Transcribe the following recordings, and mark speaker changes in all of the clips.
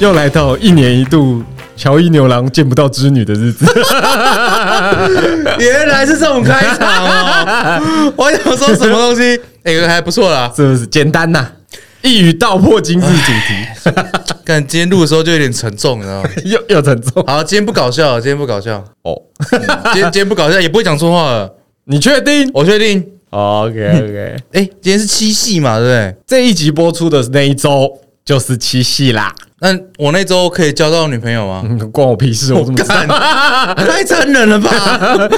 Speaker 1: 又来到一年一度乔伊牛郎见不到织女的日 子。
Speaker 2: 原来是这种开场 哦！我还想说什么东西？哎、还不错啦。
Speaker 1: 是不是简单呐、一语道破今日 主
Speaker 2: 但今天录的时候就有点沉重，你知 道吗？
Speaker 1: 题，又又沉重
Speaker 2: 好，今天不搞笑，今天不搞笑，
Speaker 1: 哦。
Speaker 2: 今天今天不搞笑，也不会讲错话了。
Speaker 1: 你确定
Speaker 2: 我确定。
Speaker 1: ？OK OK，
Speaker 2: 哎、今天是七夕嘛，对不对？
Speaker 1: 这一集播出的那一周就是七夕啦，
Speaker 2: 那我那周可以交到女朋友吗？
Speaker 1: 嗯关我屁事，我怎么知道？
Speaker 2: 干，太残忍了吧！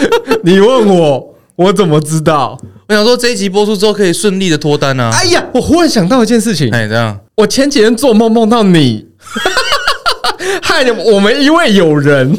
Speaker 1: 你问我，我怎么知道？
Speaker 2: 我想说这一集播出之后可以顺利的脱单啊。
Speaker 1: 哎呀，我忽然想到一件事情，
Speaker 2: 哎，这样
Speaker 1: 我前几天做梦梦到你， 害我们一位友人。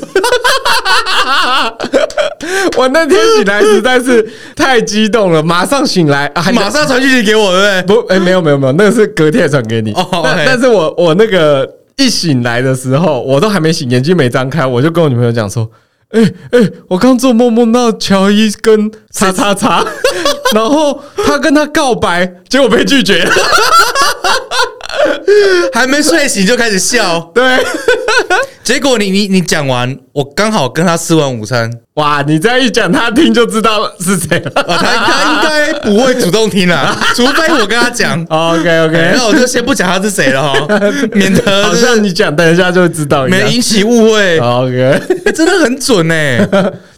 Speaker 1: 我那天醒来实在是太激动了，马上醒来，啊、还
Speaker 2: 马上传讯息给我，对不对？
Speaker 1: 不，哎、没有没有没有，那个是隔天传给你。
Speaker 2: 哦
Speaker 1: 但
Speaker 2: OK
Speaker 1: 但是我我那个一醒来的时候，我都还没醒，眼睛没张开，我就跟我女朋友讲说。哎、哎、我刚做梦梦到乔伊跟叉叉叉， 然后他跟他告白，结果被拒绝。
Speaker 2: 还没睡醒就开始笑，
Speaker 1: 对，
Speaker 2: 结果你你你讲完，我刚好跟他吃完午餐。
Speaker 1: 哇，你这样一讲，他听就知道是谁了。
Speaker 2: 啊，他他应该不会主动听啦， 除非我跟 他讲。
Speaker 1: OK
Speaker 2: 哎
Speaker 1: OK，
Speaker 2: 那我就先不讲他是谁 了哈，免得
Speaker 1: 好像你啊讲，等一下就会知道一
Speaker 2: 呃没
Speaker 1: 样。
Speaker 2: 引起误 会、
Speaker 1: OK，
Speaker 2: 哎真的很准哎、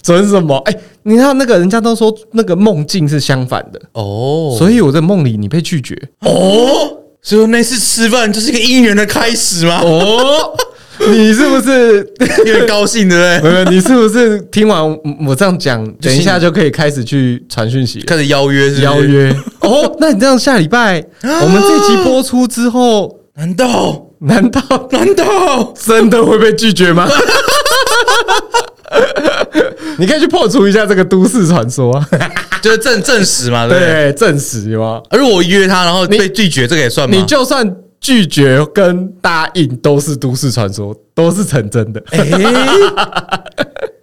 Speaker 1: 准什么？哎、你知道那个人家都说那个梦境是相反的，
Speaker 2: 哦，
Speaker 1: 所以我在梦里你被拒绝。
Speaker 2: 哦，所以说那次吃饭就是一个姻缘的开始吗？
Speaker 1: 哦， 你是不是？
Speaker 2: 有点高兴，对不
Speaker 1: 没
Speaker 2: 对？
Speaker 1: 有，你是不是听完我这样讲，等一下就可以开始去传讯息了
Speaker 2: 开始邀约是不是
Speaker 1: 邀？约？ 哦，那你这样下礼拜 我们这集播出之后，
Speaker 2: 难道
Speaker 1: 难道
Speaker 2: 难道
Speaker 1: 真的会被拒绝吗？ 你可以去破除一下这个都市传说啊，
Speaker 2: 就是证证实嘛？对不对？
Speaker 1: 对，证实吗？
Speaker 2: 而如果我约他，然后被拒绝，这个也算吗？
Speaker 1: 你就算拒绝跟答应都是都市传说，都是成真的，
Speaker 2: 哎、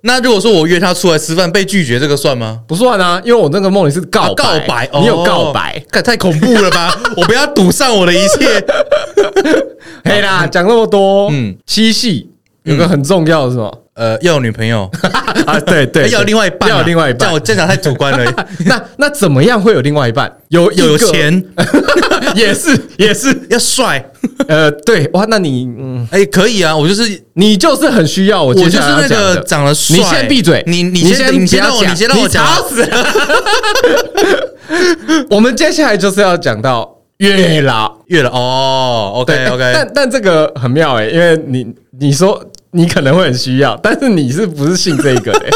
Speaker 2: 那如果说我约他出来吃饭被拒绝，这个算吗？
Speaker 1: 不算啊，因为我那个梦里是告
Speaker 2: 啊告白
Speaker 1: 白，，你有告白，
Speaker 2: 哦，干太恐怖了吧！我不要赌上我的一切。
Speaker 1: 嘿啦，讲那么多，
Speaker 2: 嗯
Speaker 1: 嗯，七夕有个很重要的是吗？
Speaker 2: 呃，要有女朋友，
Speaker 1: 啊，对 对，对
Speaker 2: 要有另外一半啊，
Speaker 1: 要有另外一
Speaker 2: 这样
Speaker 1: 半
Speaker 2: 我。这样讲太主观 了。
Speaker 1: 那那怎么样会有另外一半？有
Speaker 2: 有有
Speaker 1: 一个，
Speaker 2: 钱，
Speaker 1: 也是也是，
Speaker 2: 要帅，
Speaker 1: 呃，对哇，那你嗯，
Speaker 2: 哎，可以啊。我就是
Speaker 1: 你就是很需要 我
Speaker 2: 我
Speaker 1: 接
Speaker 2: 就是
Speaker 1: 下来要
Speaker 2: 那
Speaker 1: 讲的，
Speaker 2: 个长得帅。
Speaker 1: 你先闭嘴，
Speaker 2: 你你
Speaker 1: 你
Speaker 2: 先你
Speaker 1: 不
Speaker 2: 先
Speaker 1: 要
Speaker 2: 让我
Speaker 1: 讲
Speaker 2: 你先让我讲啊
Speaker 1: 吵死了。 我们接下来就是要讲到月老，
Speaker 2: 月了哦。OK
Speaker 1: 对
Speaker 2: OK，
Speaker 1: 但但这个很妙哎、因为你你说你可能会很需要，但是你是不是信这一个的欸、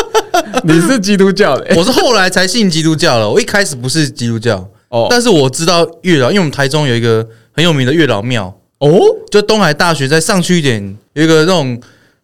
Speaker 1: 你是基督教的、欸，
Speaker 2: 我是后来才信基督教了，我一开始不是基督教。
Speaker 1: 哦
Speaker 2: 但是我知道月老，因为我们台中有一个很有名的月老庙，
Speaker 1: 哦，
Speaker 2: 就东海大学再上去一点，有一个那种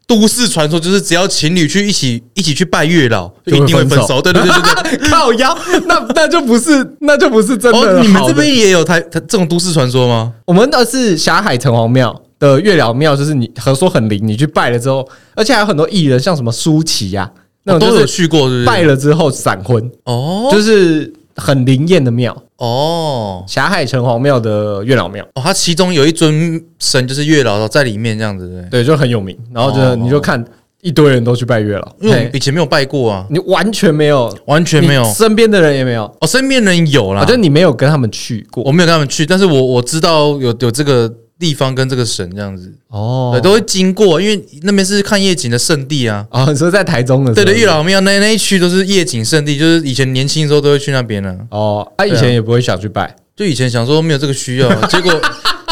Speaker 2: 都市传说，就是只要情侣去一起一起去拜月老，就
Speaker 1: 就
Speaker 2: 一
Speaker 1: 会
Speaker 2: 定会
Speaker 1: 分
Speaker 2: 分手。
Speaker 1: 手
Speaker 2: 对对对 对 对。
Speaker 1: 靠腰，那那就不是那就不是真的好的。
Speaker 2: 哦，你们这边也有台台这种都市传说吗？
Speaker 1: 我们的是霞海城隍庙的月老庙，就是你和说很灵，你去拜了之后，而且还有很多艺人，像什么舒淇呀、那
Speaker 2: 我
Speaker 1: 种
Speaker 2: 哦都有
Speaker 1: 就是
Speaker 2: 去过，是不
Speaker 1: 拜
Speaker 2: 是？
Speaker 1: 了之后闪婚，
Speaker 2: 哦
Speaker 1: 就是很灵验的庙。
Speaker 2: 哦
Speaker 1: 霞海城隍庙的月老庙，
Speaker 2: 哦，它其中有一尊神就是月老在里面这样子，对不对。
Speaker 1: 对，就很有名。然后
Speaker 2: 哦
Speaker 1: 就你就看一堆人都去拜月老，
Speaker 2: 因为我
Speaker 1: 嘿
Speaker 2: 以前没有拜过啊，
Speaker 1: 你完全没有，
Speaker 2: 哦完全没有
Speaker 1: 你。身边的人也没有，
Speaker 2: 我身边人有啦
Speaker 1: 啊，，就你没有跟他们去过
Speaker 2: 我没有跟他们去，但是我我知道有有这个地方跟这个神这样子，
Speaker 1: 哦
Speaker 2: 对，都会经过，因为那边是看夜景的圣地啊。
Speaker 1: 哦，你说在台中的时
Speaker 2: 对
Speaker 1: 候
Speaker 2: 对，月老庙那那一区都是夜景圣地，就是以前年轻的时候都会去那边呢、
Speaker 1: 哦，啊，以
Speaker 2: 对啊
Speaker 1: 前也不会想去拜，
Speaker 2: 就以前想说没有这个需要，啊结果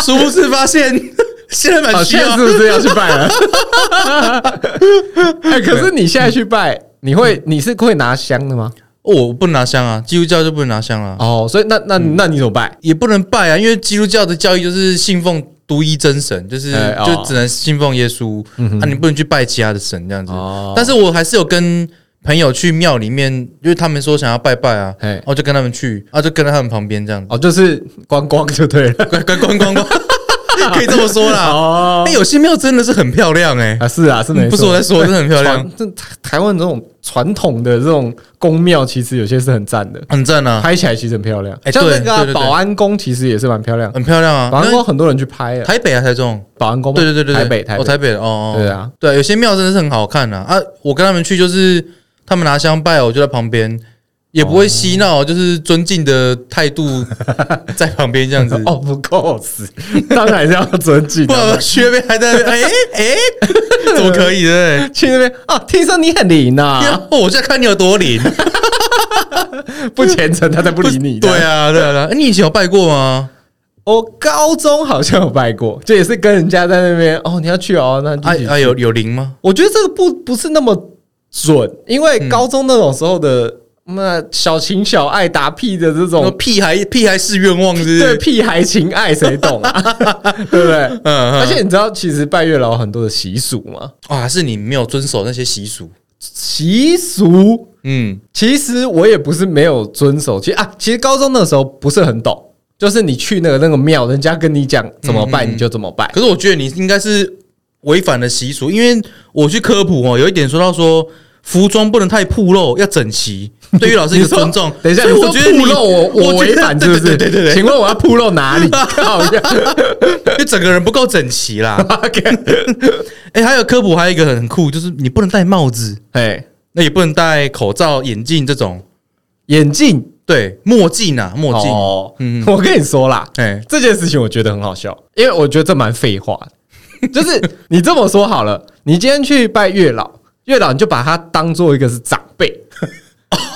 Speaker 2: 殊不知发现 现在蛮
Speaker 1: 哦，
Speaker 2: 需
Speaker 1: 现在
Speaker 2: 要啊
Speaker 1: 是。不是要去拜 了？哎，可是你现在去拜，你会你是会拿香的吗？
Speaker 2: 哦我不能拿香啊，基督教就不能拿香啊，
Speaker 1: 哦，所以那那那你怎么拜？
Speaker 2: 也不能拜啊，因为基督教的教义就是信奉独一真神，就是
Speaker 1: 哎哦嗯
Speaker 2: 就只能信奉耶稣，啊，你不能去拜其他的神这样子。
Speaker 1: 哦
Speaker 2: 但是我还是有跟朋友去庙里面，因为他们说想要拜拜啊，
Speaker 1: 哎
Speaker 2: 然后就跟他们去，啊，就跟在他们旁边这样子。
Speaker 1: 哦，就是观光就对了。
Speaker 2: 观观观光光，可以这么说啦。
Speaker 1: 哦
Speaker 2: 哎，，有些庙真的是很漂亮哎、
Speaker 1: 啊是啊，是没
Speaker 2: 不是我在说真的很漂亮
Speaker 1: 传这台台湾这种传统的这种宫庙，其实有些是很赞的，
Speaker 2: 很赞啊，
Speaker 1: 拍起来其实很漂亮。
Speaker 2: 哎
Speaker 1: 像
Speaker 2: 对
Speaker 1: 那个啊
Speaker 2: 对对对
Speaker 1: 保安宫，其实也是蛮漂亮。
Speaker 2: 很漂亮
Speaker 1: 保
Speaker 2: 啊。
Speaker 1: 安
Speaker 2: 那
Speaker 1: 宫很多人去拍啊，
Speaker 2: 台北啊，台中，
Speaker 1: 保安宫吗
Speaker 2: 对对对对，对
Speaker 1: 台北台
Speaker 2: 哦
Speaker 1: 北
Speaker 2: 台北的哦，哦
Speaker 1: 对啊，
Speaker 2: 对，有些庙真的是很好看啊啊！我跟他们去就是他们拿香拜，我就在旁边，也不会嬉
Speaker 1: 哦
Speaker 2: 闹，就是尊敬的态 度在旁边这样子。
Speaker 1: 哦不够死，当然是要尊敬
Speaker 2: 不然
Speaker 1: 的
Speaker 2: 我。薛妹还在那边，哎哎，怎么可以 对不
Speaker 1: 去那边啊，听说你很灵啊
Speaker 2: 对？
Speaker 1: 呐，
Speaker 2: 哦，我在看你有多灵，
Speaker 1: 不虔诚他才不理你。
Speaker 2: 对，啊，对啊，对啊哎你以前有拜过吗？
Speaker 1: 我高中好像有拜过，就也是跟人家在那边哦，你要去哦，那就
Speaker 2: 啊
Speaker 1: 一起去
Speaker 2: 啊，有有灵吗？
Speaker 1: 我觉得这个不不是那么准，因
Speaker 2: 嗯
Speaker 1: 为高中那种时候的那、小情小爱打屁的这
Speaker 2: 那
Speaker 1: 种，
Speaker 2: 屁孩屁孩是愿望是不
Speaker 1: 对
Speaker 2: 是？
Speaker 1: 屁孩情爱谁懂啊？ 对不对？
Speaker 2: 嗯，
Speaker 1: 而
Speaker 2: 而
Speaker 1: 且你知道，其实拜月老有很多的习俗嘛，
Speaker 2: 啊，是你没有遵守那些习俗。
Speaker 1: 习俗
Speaker 2: 嗯，
Speaker 1: 其实我也不是没有遵守，其实啊，其实高中那时候不是很懂，就是你去那个那个庙，人家跟你讲怎么拜
Speaker 2: 嗯嗯
Speaker 1: 你就怎么拜，
Speaker 2: 可是我觉得你应该是违反了习俗，因为我去科普哦，有一点说到说服装不能太暴露，要整 齐，对于老师一个
Speaker 1: 你说
Speaker 2: 尊重。
Speaker 1: 等一下，
Speaker 2: 所以
Speaker 1: 你
Speaker 2: 我
Speaker 1: 说
Speaker 2: 觉得你
Speaker 1: 铺露我我
Speaker 2: 觉
Speaker 1: 违
Speaker 2: 得
Speaker 1: 反是不是？
Speaker 2: 对对对对对
Speaker 1: 请问我要铺露哪 里？靠呀
Speaker 2: 对，就整个人不够整齐 啦。
Speaker 1: ！OK，
Speaker 2: 哎，还有科普还有一个很酷，就是你不能戴帽子，
Speaker 1: 哎，
Speaker 2: 那也不能戴口罩、眼镜这种。
Speaker 1: 眼镜
Speaker 2: 对，墨镜啊，墨镜。
Speaker 1: 哦，
Speaker 2: 嗯
Speaker 1: 我跟你说啦，
Speaker 2: 哎，
Speaker 1: 这件事情我觉得很好笑，因为我觉得这蛮废话的。就是你这么说好了，你今天去拜月老，月老你就把他当做一个是长辈。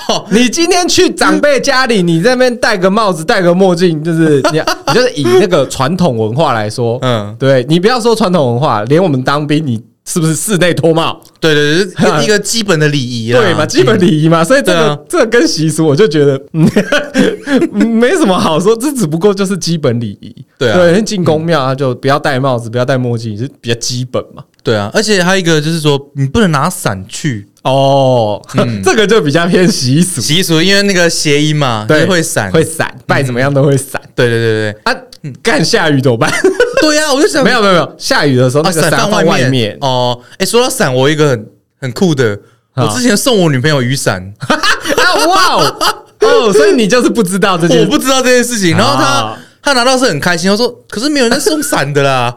Speaker 1: 哦你今天去长辈家里，你在那边戴个帽子、戴个墨镜，就是你，你就是以那个传统文化来说，
Speaker 2: 嗯，
Speaker 1: 对你不要说传统文化，连我们当兵，你是不是室内脱帽？
Speaker 2: 对对对，这是 一个基本的礼仪啦。
Speaker 1: 对嘛，基本礼仪嘛，所以这
Speaker 2: 啊对
Speaker 1: 个、
Speaker 2: 啊
Speaker 1: 这个跟习俗，我就觉得、嗯、 没什么好说，这只不过就是基本礼仪。
Speaker 2: 对啊
Speaker 1: 对，进宫庙啊，就不要戴帽子，不要戴墨镜，是比较基本嘛。
Speaker 2: 对啊，而且还有一个就是说，你不能拿伞去
Speaker 1: 哦，
Speaker 2: 嗯
Speaker 1: 这个就比较偏习 俗，
Speaker 2: 习俗，因为那个谐音嘛，就
Speaker 1: 对，
Speaker 2: 是会闪。嗯
Speaker 1: 会散，拜怎么样都会散、
Speaker 2: 对对对对
Speaker 1: 啊。干下雨怎 么办？
Speaker 2: 对啊呀、我就想
Speaker 1: 没有没有没有，下雨的时候
Speaker 2: 啊，
Speaker 1: 那个
Speaker 2: 伞
Speaker 1: 伞
Speaker 2: 放
Speaker 1: 放外
Speaker 2: 面哦。哎、说到伞，我有一个很很酷的，我
Speaker 1: 啊
Speaker 2: 之前送我女朋友雨伞，
Speaker 1: 啊哇哦哦，所以你 就是不知道这件
Speaker 2: 我
Speaker 1: 事
Speaker 2: 不知道这件事情，然后她、
Speaker 1: 啊
Speaker 2: 她拿到是很开心，她说可是没有人在送伞的 啦，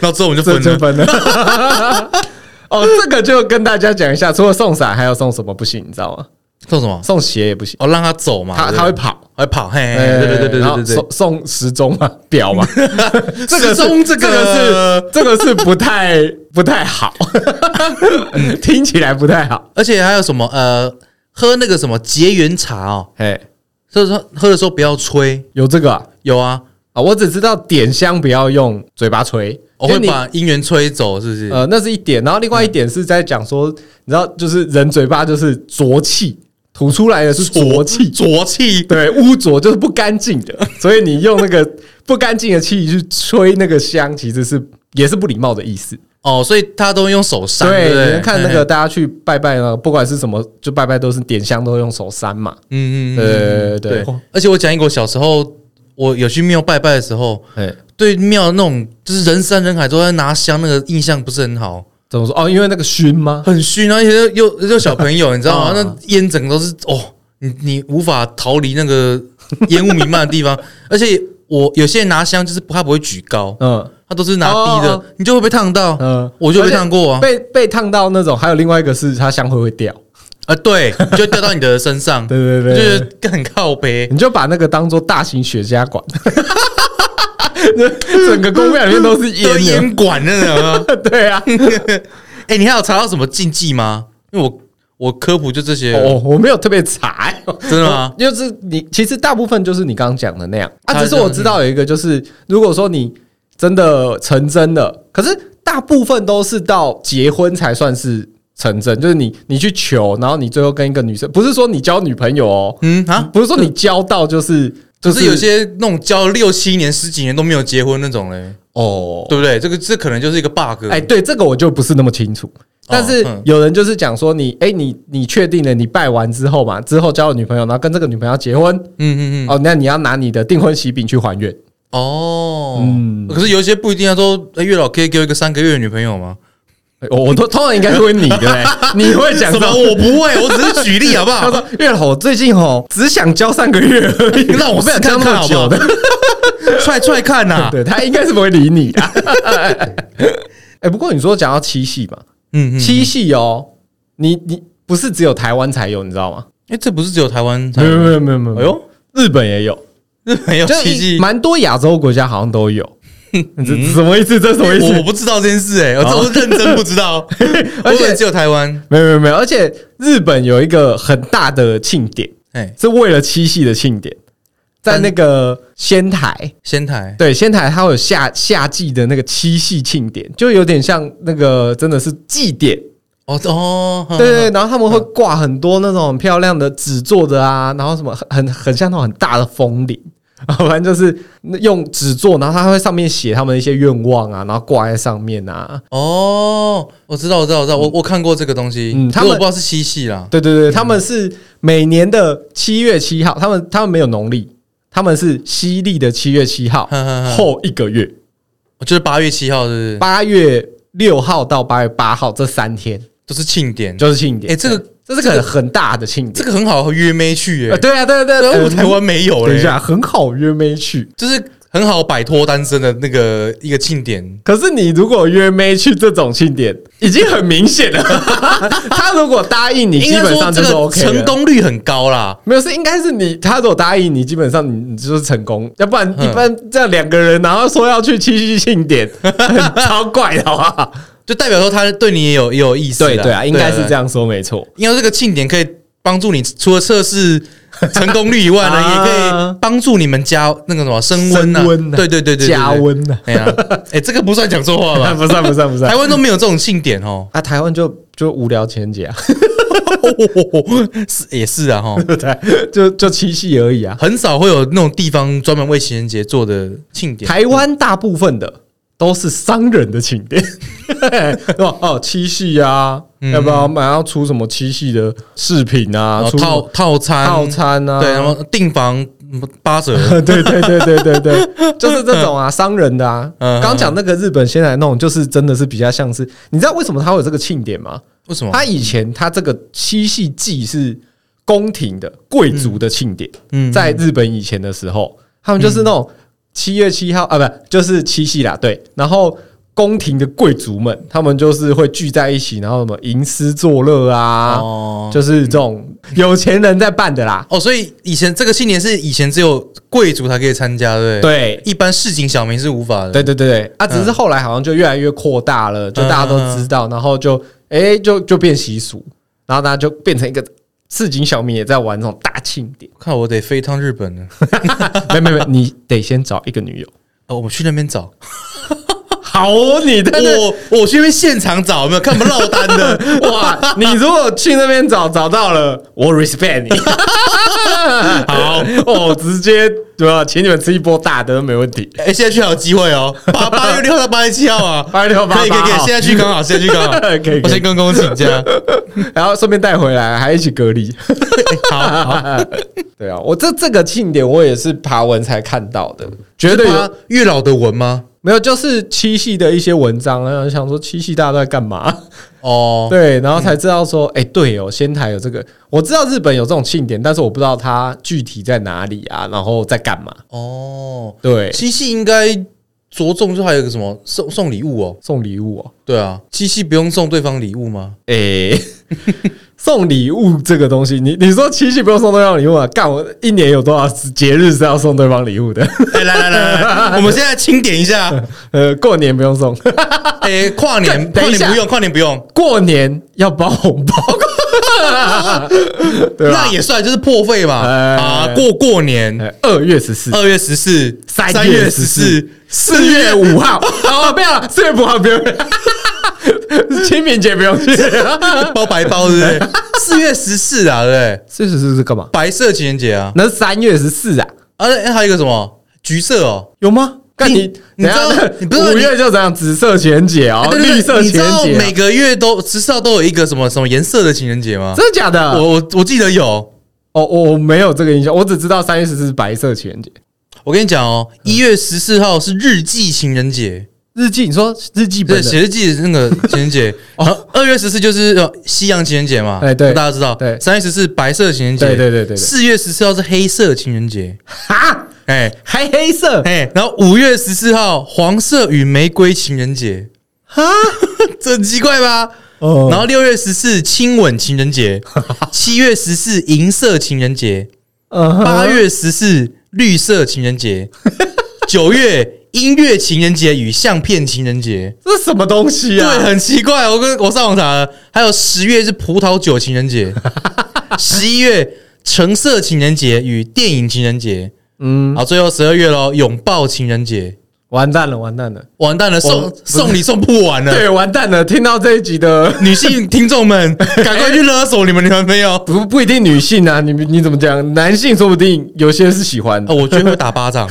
Speaker 2: 然后之后我们就
Speaker 1: 这
Speaker 2: 分
Speaker 1: 就
Speaker 2: 了。
Speaker 1: 分了。 哦，这个就跟大家讲一下，除了送伞，还有送什么不行，你知道吗？
Speaker 2: 送什么？
Speaker 1: 送鞋也不行，
Speaker 2: 哦，让她走嘛，
Speaker 1: 他
Speaker 2: 对不对
Speaker 1: 他会跑。
Speaker 2: 会跑，嘿，嘿
Speaker 1: 哎
Speaker 2: 对对对对
Speaker 1: 然后
Speaker 2: 对对对
Speaker 1: 送送时钟嘛，表嘛， 这个是
Speaker 2: 时钟这
Speaker 1: 这个
Speaker 2: 个
Speaker 1: 是这个是不太不太好， 听起来不太好。
Speaker 2: 而且还有什么呃，喝那个什么结缘茶哦，
Speaker 1: 哎，
Speaker 2: 就是说喝的时候不要吹，
Speaker 1: 有这个啊，
Speaker 2: 有啊，
Speaker 1: 啊我只知道点香不要用嘴巴吹，因
Speaker 2: 我哦会
Speaker 1: 为你
Speaker 2: 把姻缘吹走，是不是？
Speaker 1: 呃，那是一点，然后另外一点是在讲说，你知道，就是人嘴巴就是浊气，吐出来的是浊气，
Speaker 2: 浊 气，
Speaker 1: 对，污浊就是不干净的，所以你用那个不干净的气去吹那个香，其实是也是不礼貌的意思。
Speaker 2: 哦，所以他都用手扇，
Speaker 1: 对，
Speaker 2: 对不
Speaker 1: 你
Speaker 2: 对，
Speaker 1: 们看那
Speaker 2: 嘿
Speaker 1: 个，大家去拜拜呢，不管是什么，就拜拜都是点香都会用手扇嘛。
Speaker 2: 嗯嗯嗯
Speaker 1: 对
Speaker 2: 嗯，
Speaker 1: 对
Speaker 2: 对。而且我讲一个，我小时候我有去庙拜拜的时候，
Speaker 1: 哎，
Speaker 2: 对庙那种就是人山人海都在拿香，那个印象不是很好，
Speaker 1: 怎么说？哦，因为那个熏吗？
Speaker 2: 很啊虚，然后又又又小朋友，你 知道吗？
Speaker 1: 啊
Speaker 2: 那烟整个都是哦，你你无法逃离那个烟雾弥漫的地方， 而且。我有些人拿香就是不他不会举高，
Speaker 1: 嗯
Speaker 2: 他都是拿低
Speaker 1: 哦哦
Speaker 2: 的，你就会被烫到。
Speaker 1: 嗯，
Speaker 2: 我就被烫过啊
Speaker 1: 而且被被烫到那种。还有另外一个是它香灰会掉。
Speaker 2: 啊，对，就会掉到你的身 上，
Speaker 1: 对对
Speaker 2: 就
Speaker 1: 对
Speaker 2: 是更靠背。
Speaker 1: 你就把那个当做大型雪茄馆， 整个公庙里面都是
Speaker 2: 有
Speaker 1: 烟
Speaker 2: 烟管那种啊。
Speaker 1: 的。 对啊，
Speaker 2: 哎、你还有查到什么禁忌吗？因为我我科普就这些，
Speaker 1: 哦，我没有特别查、欸，
Speaker 2: 真的吗？
Speaker 1: 就是你其实大部分就是你刚刚讲的那样啊，
Speaker 2: 他
Speaker 1: 只是我知道有一个就是，如果说你真的成真了，可是大部分都是到结婚才算是成真，就是你你去求，然后你最后跟一个女生，不是说你交女朋友哦，
Speaker 2: 嗯啊，
Speaker 1: 不是说你交到就是就
Speaker 2: 可是有些那种交六七年、十几年都没有结婚那种嘞，
Speaker 1: 哦，
Speaker 2: 对不对？这个这可能就是一个 bug。
Speaker 1: 哎，对，这个我就不是那么清楚。但是
Speaker 2: 嗯
Speaker 1: 有人就是讲说你，哎、你你确定了，你拜完之后嘛，之后交了女朋友，然后跟这个女朋友要结婚，
Speaker 2: 嗯嗯嗯，
Speaker 1: 哦，那你要拿你的订婚喜饼去还愿。
Speaker 2: 哦，
Speaker 1: 嗯
Speaker 2: 可是有一些不一定要说，哎，月老可以给我一个三个月的女朋友吗？
Speaker 1: 哎我我通通常应该问你的、 欸，你会讲
Speaker 2: 什么？
Speaker 1: 到
Speaker 2: 我不会，我只是举例好不
Speaker 1: 他
Speaker 2: 好？
Speaker 1: 说月老，我最近吼只想交三个月而 已，
Speaker 2: 让
Speaker 1: 不
Speaker 2: 我
Speaker 1: 想
Speaker 2: 试
Speaker 1: 交
Speaker 2: 看
Speaker 1: 那
Speaker 2: 看
Speaker 1: 么
Speaker 2: 好不
Speaker 1: 久
Speaker 2: 好
Speaker 1: 的。
Speaker 2: 踹踹看呐、
Speaker 1: 对他应该是不会理你 的。哎，不过你说讲到七夕嘛，
Speaker 2: 嗯嗯，哎、
Speaker 1: 七夕哦，你你不是只有台湾才有，你知道吗？
Speaker 2: 哎这不是只有台湾才
Speaker 1: 没有
Speaker 2: 有，哦
Speaker 1: 没有没有没有，
Speaker 2: 哎呦，
Speaker 1: 日本也有，
Speaker 2: 日本有
Speaker 1: 就
Speaker 2: 奇迹，
Speaker 1: 蛮多亚洲国家好像都有。这什么意思？这什么意思
Speaker 2: 嗯我？我不知道这件事、哎，我我认真不知道，
Speaker 1: 哦 而且
Speaker 2: 我以为只有台湾，
Speaker 1: 没有没有没有，而且日本有一个很大的庆典，
Speaker 2: 哎，
Speaker 1: 是为了七夕的庆典，在那个仙台。
Speaker 2: 仙台，
Speaker 1: 对，仙台它会有夏夏季的那个七夕庆典，就有点像那个真的是祭典，
Speaker 2: 哦哦，
Speaker 1: 对对，对然后他们会挂很多那种很漂亮的纸做的啊，然后什么很很很像那种很大的风铃， 反正就是用纸做，然后它会上面写他们的一些愿望啊，然后挂在上面啊。
Speaker 2: 哦，我知道，我知道，我知道，我我看过这个东西，
Speaker 1: 嗯
Speaker 2: 嗯，
Speaker 1: 他
Speaker 2: 他
Speaker 1: 们
Speaker 2: 我不知道是七夕啦，
Speaker 1: 对对对，他们是每年的七月七号，他们他们没有农历，他们是西历的七月七号
Speaker 2: 哼哼哼
Speaker 1: 后一个月，
Speaker 2: 就是八月七号，是不是？
Speaker 1: 八月六号到八月八号这三天。
Speaker 2: 都是庆典，
Speaker 1: 就是庆典。
Speaker 2: 欸这个
Speaker 1: 这是
Speaker 2: 这
Speaker 1: 个
Speaker 2: 个
Speaker 1: 很大的庆典。
Speaker 2: 这个很好约妹去、
Speaker 1: 啊，
Speaker 2: 哎、
Speaker 1: 对啊，对啊对啊
Speaker 2: 但
Speaker 1: 对啊，
Speaker 2: 我台湾没有
Speaker 1: 等
Speaker 2: 嘞、
Speaker 1: 一下很好约妹去，
Speaker 2: 就是很好摆脱单身的那个一个庆典，
Speaker 1: 可是你如果约妹去这种庆典，已经很明显了。 他如果答应你，
Speaker 2: 应
Speaker 1: 基
Speaker 2: 该
Speaker 1: 本
Speaker 2: 说
Speaker 1: 上
Speaker 2: 这
Speaker 1: 就是
Speaker 2: 个
Speaker 1: OK
Speaker 2: 成
Speaker 1: 了。
Speaker 2: 功率很高啦。
Speaker 1: 没有是应该是你，他如果答应你，基本上你你就是成功，要不然
Speaker 2: 嗯
Speaker 1: 一般这样两个人，然后说要去七夕庆典， 很 超怪的好不好？
Speaker 2: 就代表说他对你也有也有意思啦，
Speaker 1: 对对啊，应该是这
Speaker 2: 样。
Speaker 1: 样说没错。
Speaker 2: 因为这个庆典可以帮助你，除了测试成功率以外 呢，也
Speaker 1: 啊
Speaker 2: 可以帮助你们加那个什么升温啊
Speaker 1: 升温啊
Speaker 2: 对对对对，对
Speaker 1: 加。温呢？
Speaker 2: 对哎呀，哎，这个不算讲错话吧？
Speaker 1: 不算不啊算不算
Speaker 2: 台，湾都没有这种庆典哦，
Speaker 1: 啊，台湾就就无聊情人节啊，
Speaker 2: 是也是啊哈，
Speaker 1: 对，就就七夕而已啊。
Speaker 2: 很少会有那种地方专门为情人节做的庆典。
Speaker 1: 台湾大部分的都是商人的庆典， 哦哦，七夕啊，
Speaker 2: 嗯
Speaker 1: 要不要买要出什么七夕的饰品啊
Speaker 2: 然，后
Speaker 1: 出什
Speaker 2: 哦套
Speaker 1: 么
Speaker 2: 套餐
Speaker 1: 套，餐啊，
Speaker 2: 对，然后订房八折，
Speaker 1: 对对对对对对，就是这种啊，商人的啊。
Speaker 2: 嗯
Speaker 1: 刚讲那个日本先来弄，就是真的是比较像是，你知道为什么他会有这个庆典吗？
Speaker 2: 为什么？
Speaker 1: 他以前他这个七夕祭是宫廷的贵族的庆典，
Speaker 2: 嗯
Speaker 1: 在日本以前的时候，他们就是那种七月七号啊，不就是七夕啦，对，然后。宫廷的贵族们，他们就是会聚在一起，然后什么吟诗作乐啊，
Speaker 2: 哦
Speaker 1: 就是这种有钱人在办的啦。
Speaker 2: 哦，所以以前这个庆典是以前只有贵族才可以参加，对不对？嗯
Speaker 1: 对，
Speaker 2: 一般市井小民是无法的。
Speaker 1: 对对对对，啊，只是后来好像就越来越扩大了，
Speaker 2: 嗯
Speaker 1: 就大家都知道，然后就哎、就就变习俗，然后大家就变成一个市井小民也在玩这种大庆典。
Speaker 2: 看我得飞一趟日 本了，
Speaker 1: 没没没，你得先找一个女友。
Speaker 2: 哦，我去那边找，
Speaker 1: 好哦，你在那
Speaker 2: 我我去那边现场找，有没有看不落 单的？
Speaker 1: 哇，你如果去那边找找到了，我 respect 你。
Speaker 2: 好，
Speaker 1: 哦，直接对吧、请你们吃一波大的没问题。
Speaker 2: 哎、现在去还有机会哦，八八月六到八月七号啊，
Speaker 1: 八六八八
Speaker 2: 可以可以可以，
Speaker 1: 号
Speaker 2: 现在去刚好，现在去刚好
Speaker 1: 可以可以
Speaker 2: 我先跟公司 请假。
Speaker 1: 然后顺便带回来，还一起隔 离。
Speaker 2: 哎好，好
Speaker 1: 对啊，我这这个庆典我也是爬文才看到的，觉得
Speaker 2: 是
Speaker 1: 哎有
Speaker 2: 发月老的文吗？
Speaker 1: 没有，就是七夕的一些文章，然后想说七夕大家都在干嘛？
Speaker 2: 哦，
Speaker 1: 对，然后才知道说，哎、对哦，仙台有这个，我知道日本有这种庆典，但是我不知道它具体在哪里啊，然后在干嘛。
Speaker 2: 哦，
Speaker 1: 对，
Speaker 2: 七夕应该着重就还有一个什么送送礼物哦，
Speaker 1: 送礼物哦，
Speaker 2: 对啊，七夕不用送对方礼 物吗？
Speaker 1: 哎、送礼物这个东西，你你说七夕不用送对方礼物啊？干，我一年有多少节日是要送对方礼物的？
Speaker 2: 哎、来来来来来，我们现在清点一下，
Speaker 1: 呃，过年不用送，
Speaker 2: 哎、跨年
Speaker 1: 等
Speaker 2: 跨
Speaker 1: 一下
Speaker 2: 年不用，跨年不用，
Speaker 1: 过年要包红包， 对吧
Speaker 2: 那？也算就是破费吧？
Speaker 1: 哎
Speaker 2: 啊，过过年，
Speaker 1: 呃二月十四，
Speaker 2: 二月十四、
Speaker 1: 三月
Speaker 2: 月
Speaker 1: 十
Speaker 2: 十
Speaker 1: 四
Speaker 2: 四、
Speaker 1: 四月五 号，哦，不要了，四月五号不用 了，清明节不用 去。
Speaker 2: 包白包，对不对？
Speaker 1: 哎
Speaker 2: 四月十四啊，对不对？
Speaker 1: 四十四是干嘛？
Speaker 2: 白色情人节啊，
Speaker 1: 那是三月十四啊，
Speaker 2: 啊，哎还有一个什么橘色哦，
Speaker 1: 有吗？看你，
Speaker 2: 你
Speaker 1: 等
Speaker 2: 知道
Speaker 1: 一下
Speaker 2: 你不是
Speaker 1: 五月就这样，紫色情人节哦
Speaker 2: 哎，对对对
Speaker 1: 绿色
Speaker 2: 你
Speaker 1: 情
Speaker 2: 知
Speaker 1: 人
Speaker 2: 道
Speaker 1: 节
Speaker 2: 每
Speaker 1: 啊，
Speaker 2: 个月都至少都有一个什么什么颜色的情人节吗？
Speaker 1: 真的假的？
Speaker 2: 我我我记得有
Speaker 1: 哦，我我没有这个印象，我只知道三月十四是白色情人节。
Speaker 2: 我跟你讲哦，一月十四号是日记情人节，
Speaker 1: 日记，你说日记本
Speaker 2: 对，
Speaker 1: 的哦
Speaker 2: 写日记的那个 情人节。然后二月十四就是呃西洋情人节嘛，
Speaker 1: 哎对
Speaker 2: 大家知道。
Speaker 1: 对
Speaker 2: 三月十四白色情人节，
Speaker 1: 对对对对对
Speaker 2: 四月十四号是黑色情人节，
Speaker 1: 哈，
Speaker 2: 哎
Speaker 1: 还黑色
Speaker 2: 哎，然后五月十四号黄色与玫瑰情人节，
Speaker 1: 哈，
Speaker 2: 这很奇怪吧？
Speaker 1: 哦
Speaker 2: 然后六月十四亲吻情 人节，七月十四银色情人节，
Speaker 1: 嗯哼
Speaker 2: 八月十四绿色情 人节，九月音乐情人节与相片情人节。
Speaker 1: 这是什么东西
Speaker 2: 对，
Speaker 1: 啊？
Speaker 2: 很奇怪，我跟我上网查了，还有十月是葡萄酒情人 节，十一月橙色情人节与电影情人节，
Speaker 1: 嗯，
Speaker 2: 好，最后十二月喽，拥抱情人节。
Speaker 1: 完蛋了，完蛋了，
Speaker 2: 完蛋了，
Speaker 1: 我
Speaker 2: 送送礼送不 完了，
Speaker 1: 对，完蛋了。听到这一集的
Speaker 2: 女性听众们，赶快去勒索你们男朋友。
Speaker 1: 不不一定女性啊，你你怎么讲？男性说不定有些是喜欢
Speaker 2: 哦，我觉得会打 巴掌。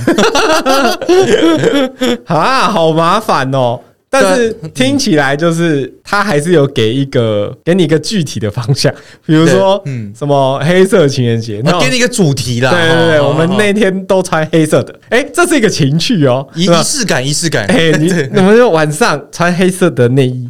Speaker 1: 啊，好麻烦哦。但是听起来就是他还是有给一个给你一个具体的方向，比如说
Speaker 2: 对嗯
Speaker 1: 什么黑色情人节，那
Speaker 2: 我给你一个主题 啦。
Speaker 1: 对对对，
Speaker 2: 哦
Speaker 1: 我们
Speaker 2: 哦
Speaker 1: 那天都穿黑色的，哎，这是一个情趣哦，
Speaker 2: 仪
Speaker 1: 是吧
Speaker 2: 仪式感，仪式感。
Speaker 1: 哎、 你 你们就晚上穿黑色的内衣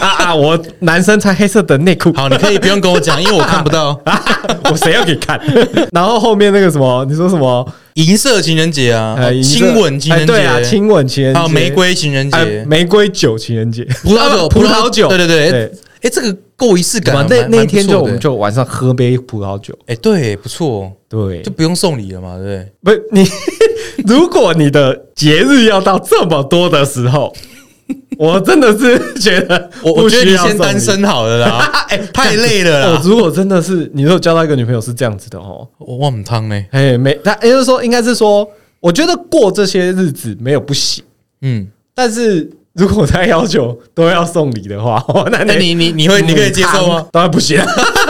Speaker 1: 啊啊！我男生穿黑色的内裤，
Speaker 2: 好，你可以不用跟我讲，因为我看不到
Speaker 1: 我谁要给看？ 然后后面那个什么，你说什么？
Speaker 2: 银色情人节啊，
Speaker 1: 呃，银色
Speaker 2: 哦亲吻情人
Speaker 1: 哎
Speaker 2: 节，
Speaker 1: 对啊，亲吻情人节，
Speaker 2: 还有玫瑰情人
Speaker 1: 哎，
Speaker 2: 节，
Speaker 1: 玫瑰酒情人节，
Speaker 2: 葡萄酒，
Speaker 1: 啊葡萄酒，
Speaker 2: 对对对
Speaker 1: 对。
Speaker 2: 哎，这个够仪式感
Speaker 1: 哇
Speaker 2: 啊，
Speaker 1: 那
Speaker 2: 蛮
Speaker 1: 那一天就我们，
Speaker 2: 蛮不错的
Speaker 1: 就晚上喝杯葡萄酒，
Speaker 2: 哎，对，不错，
Speaker 1: 对
Speaker 2: 就，不用送礼了嘛，对不对？
Speaker 1: 不你， 如果你的节日要到这么多的时 候，我真的是觉得
Speaker 2: 我我
Speaker 1: 不需
Speaker 2: 觉得你
Speaker 1: 要
Speaker 2: 先
Speaker 1: 送
Speaker 2: 单
Speaker 1: 礼
Speaker 2: 身啊好了 啦，
Speaker 1: 哎
Speaker 2: 太累了
Speaker 1: 哦，
Speaker 2: 啦，
Speaker 1: 如果真的是你如果交到一个女朋友是这样子的哦，
Speaker 2: 我我很汤呢，
Speaker 1: 哎，没，他也就是说，应该是说，我觉得过这些日子没有不行，
Speaker 2: 嗯，
Speaker 1: 但是如果他要求都要送礼的话， 哦那
Speaker 2: 那哎你你你会你可以接受吗？？
Speaker 1: 当然不行啊，
Speaker 2: 嗯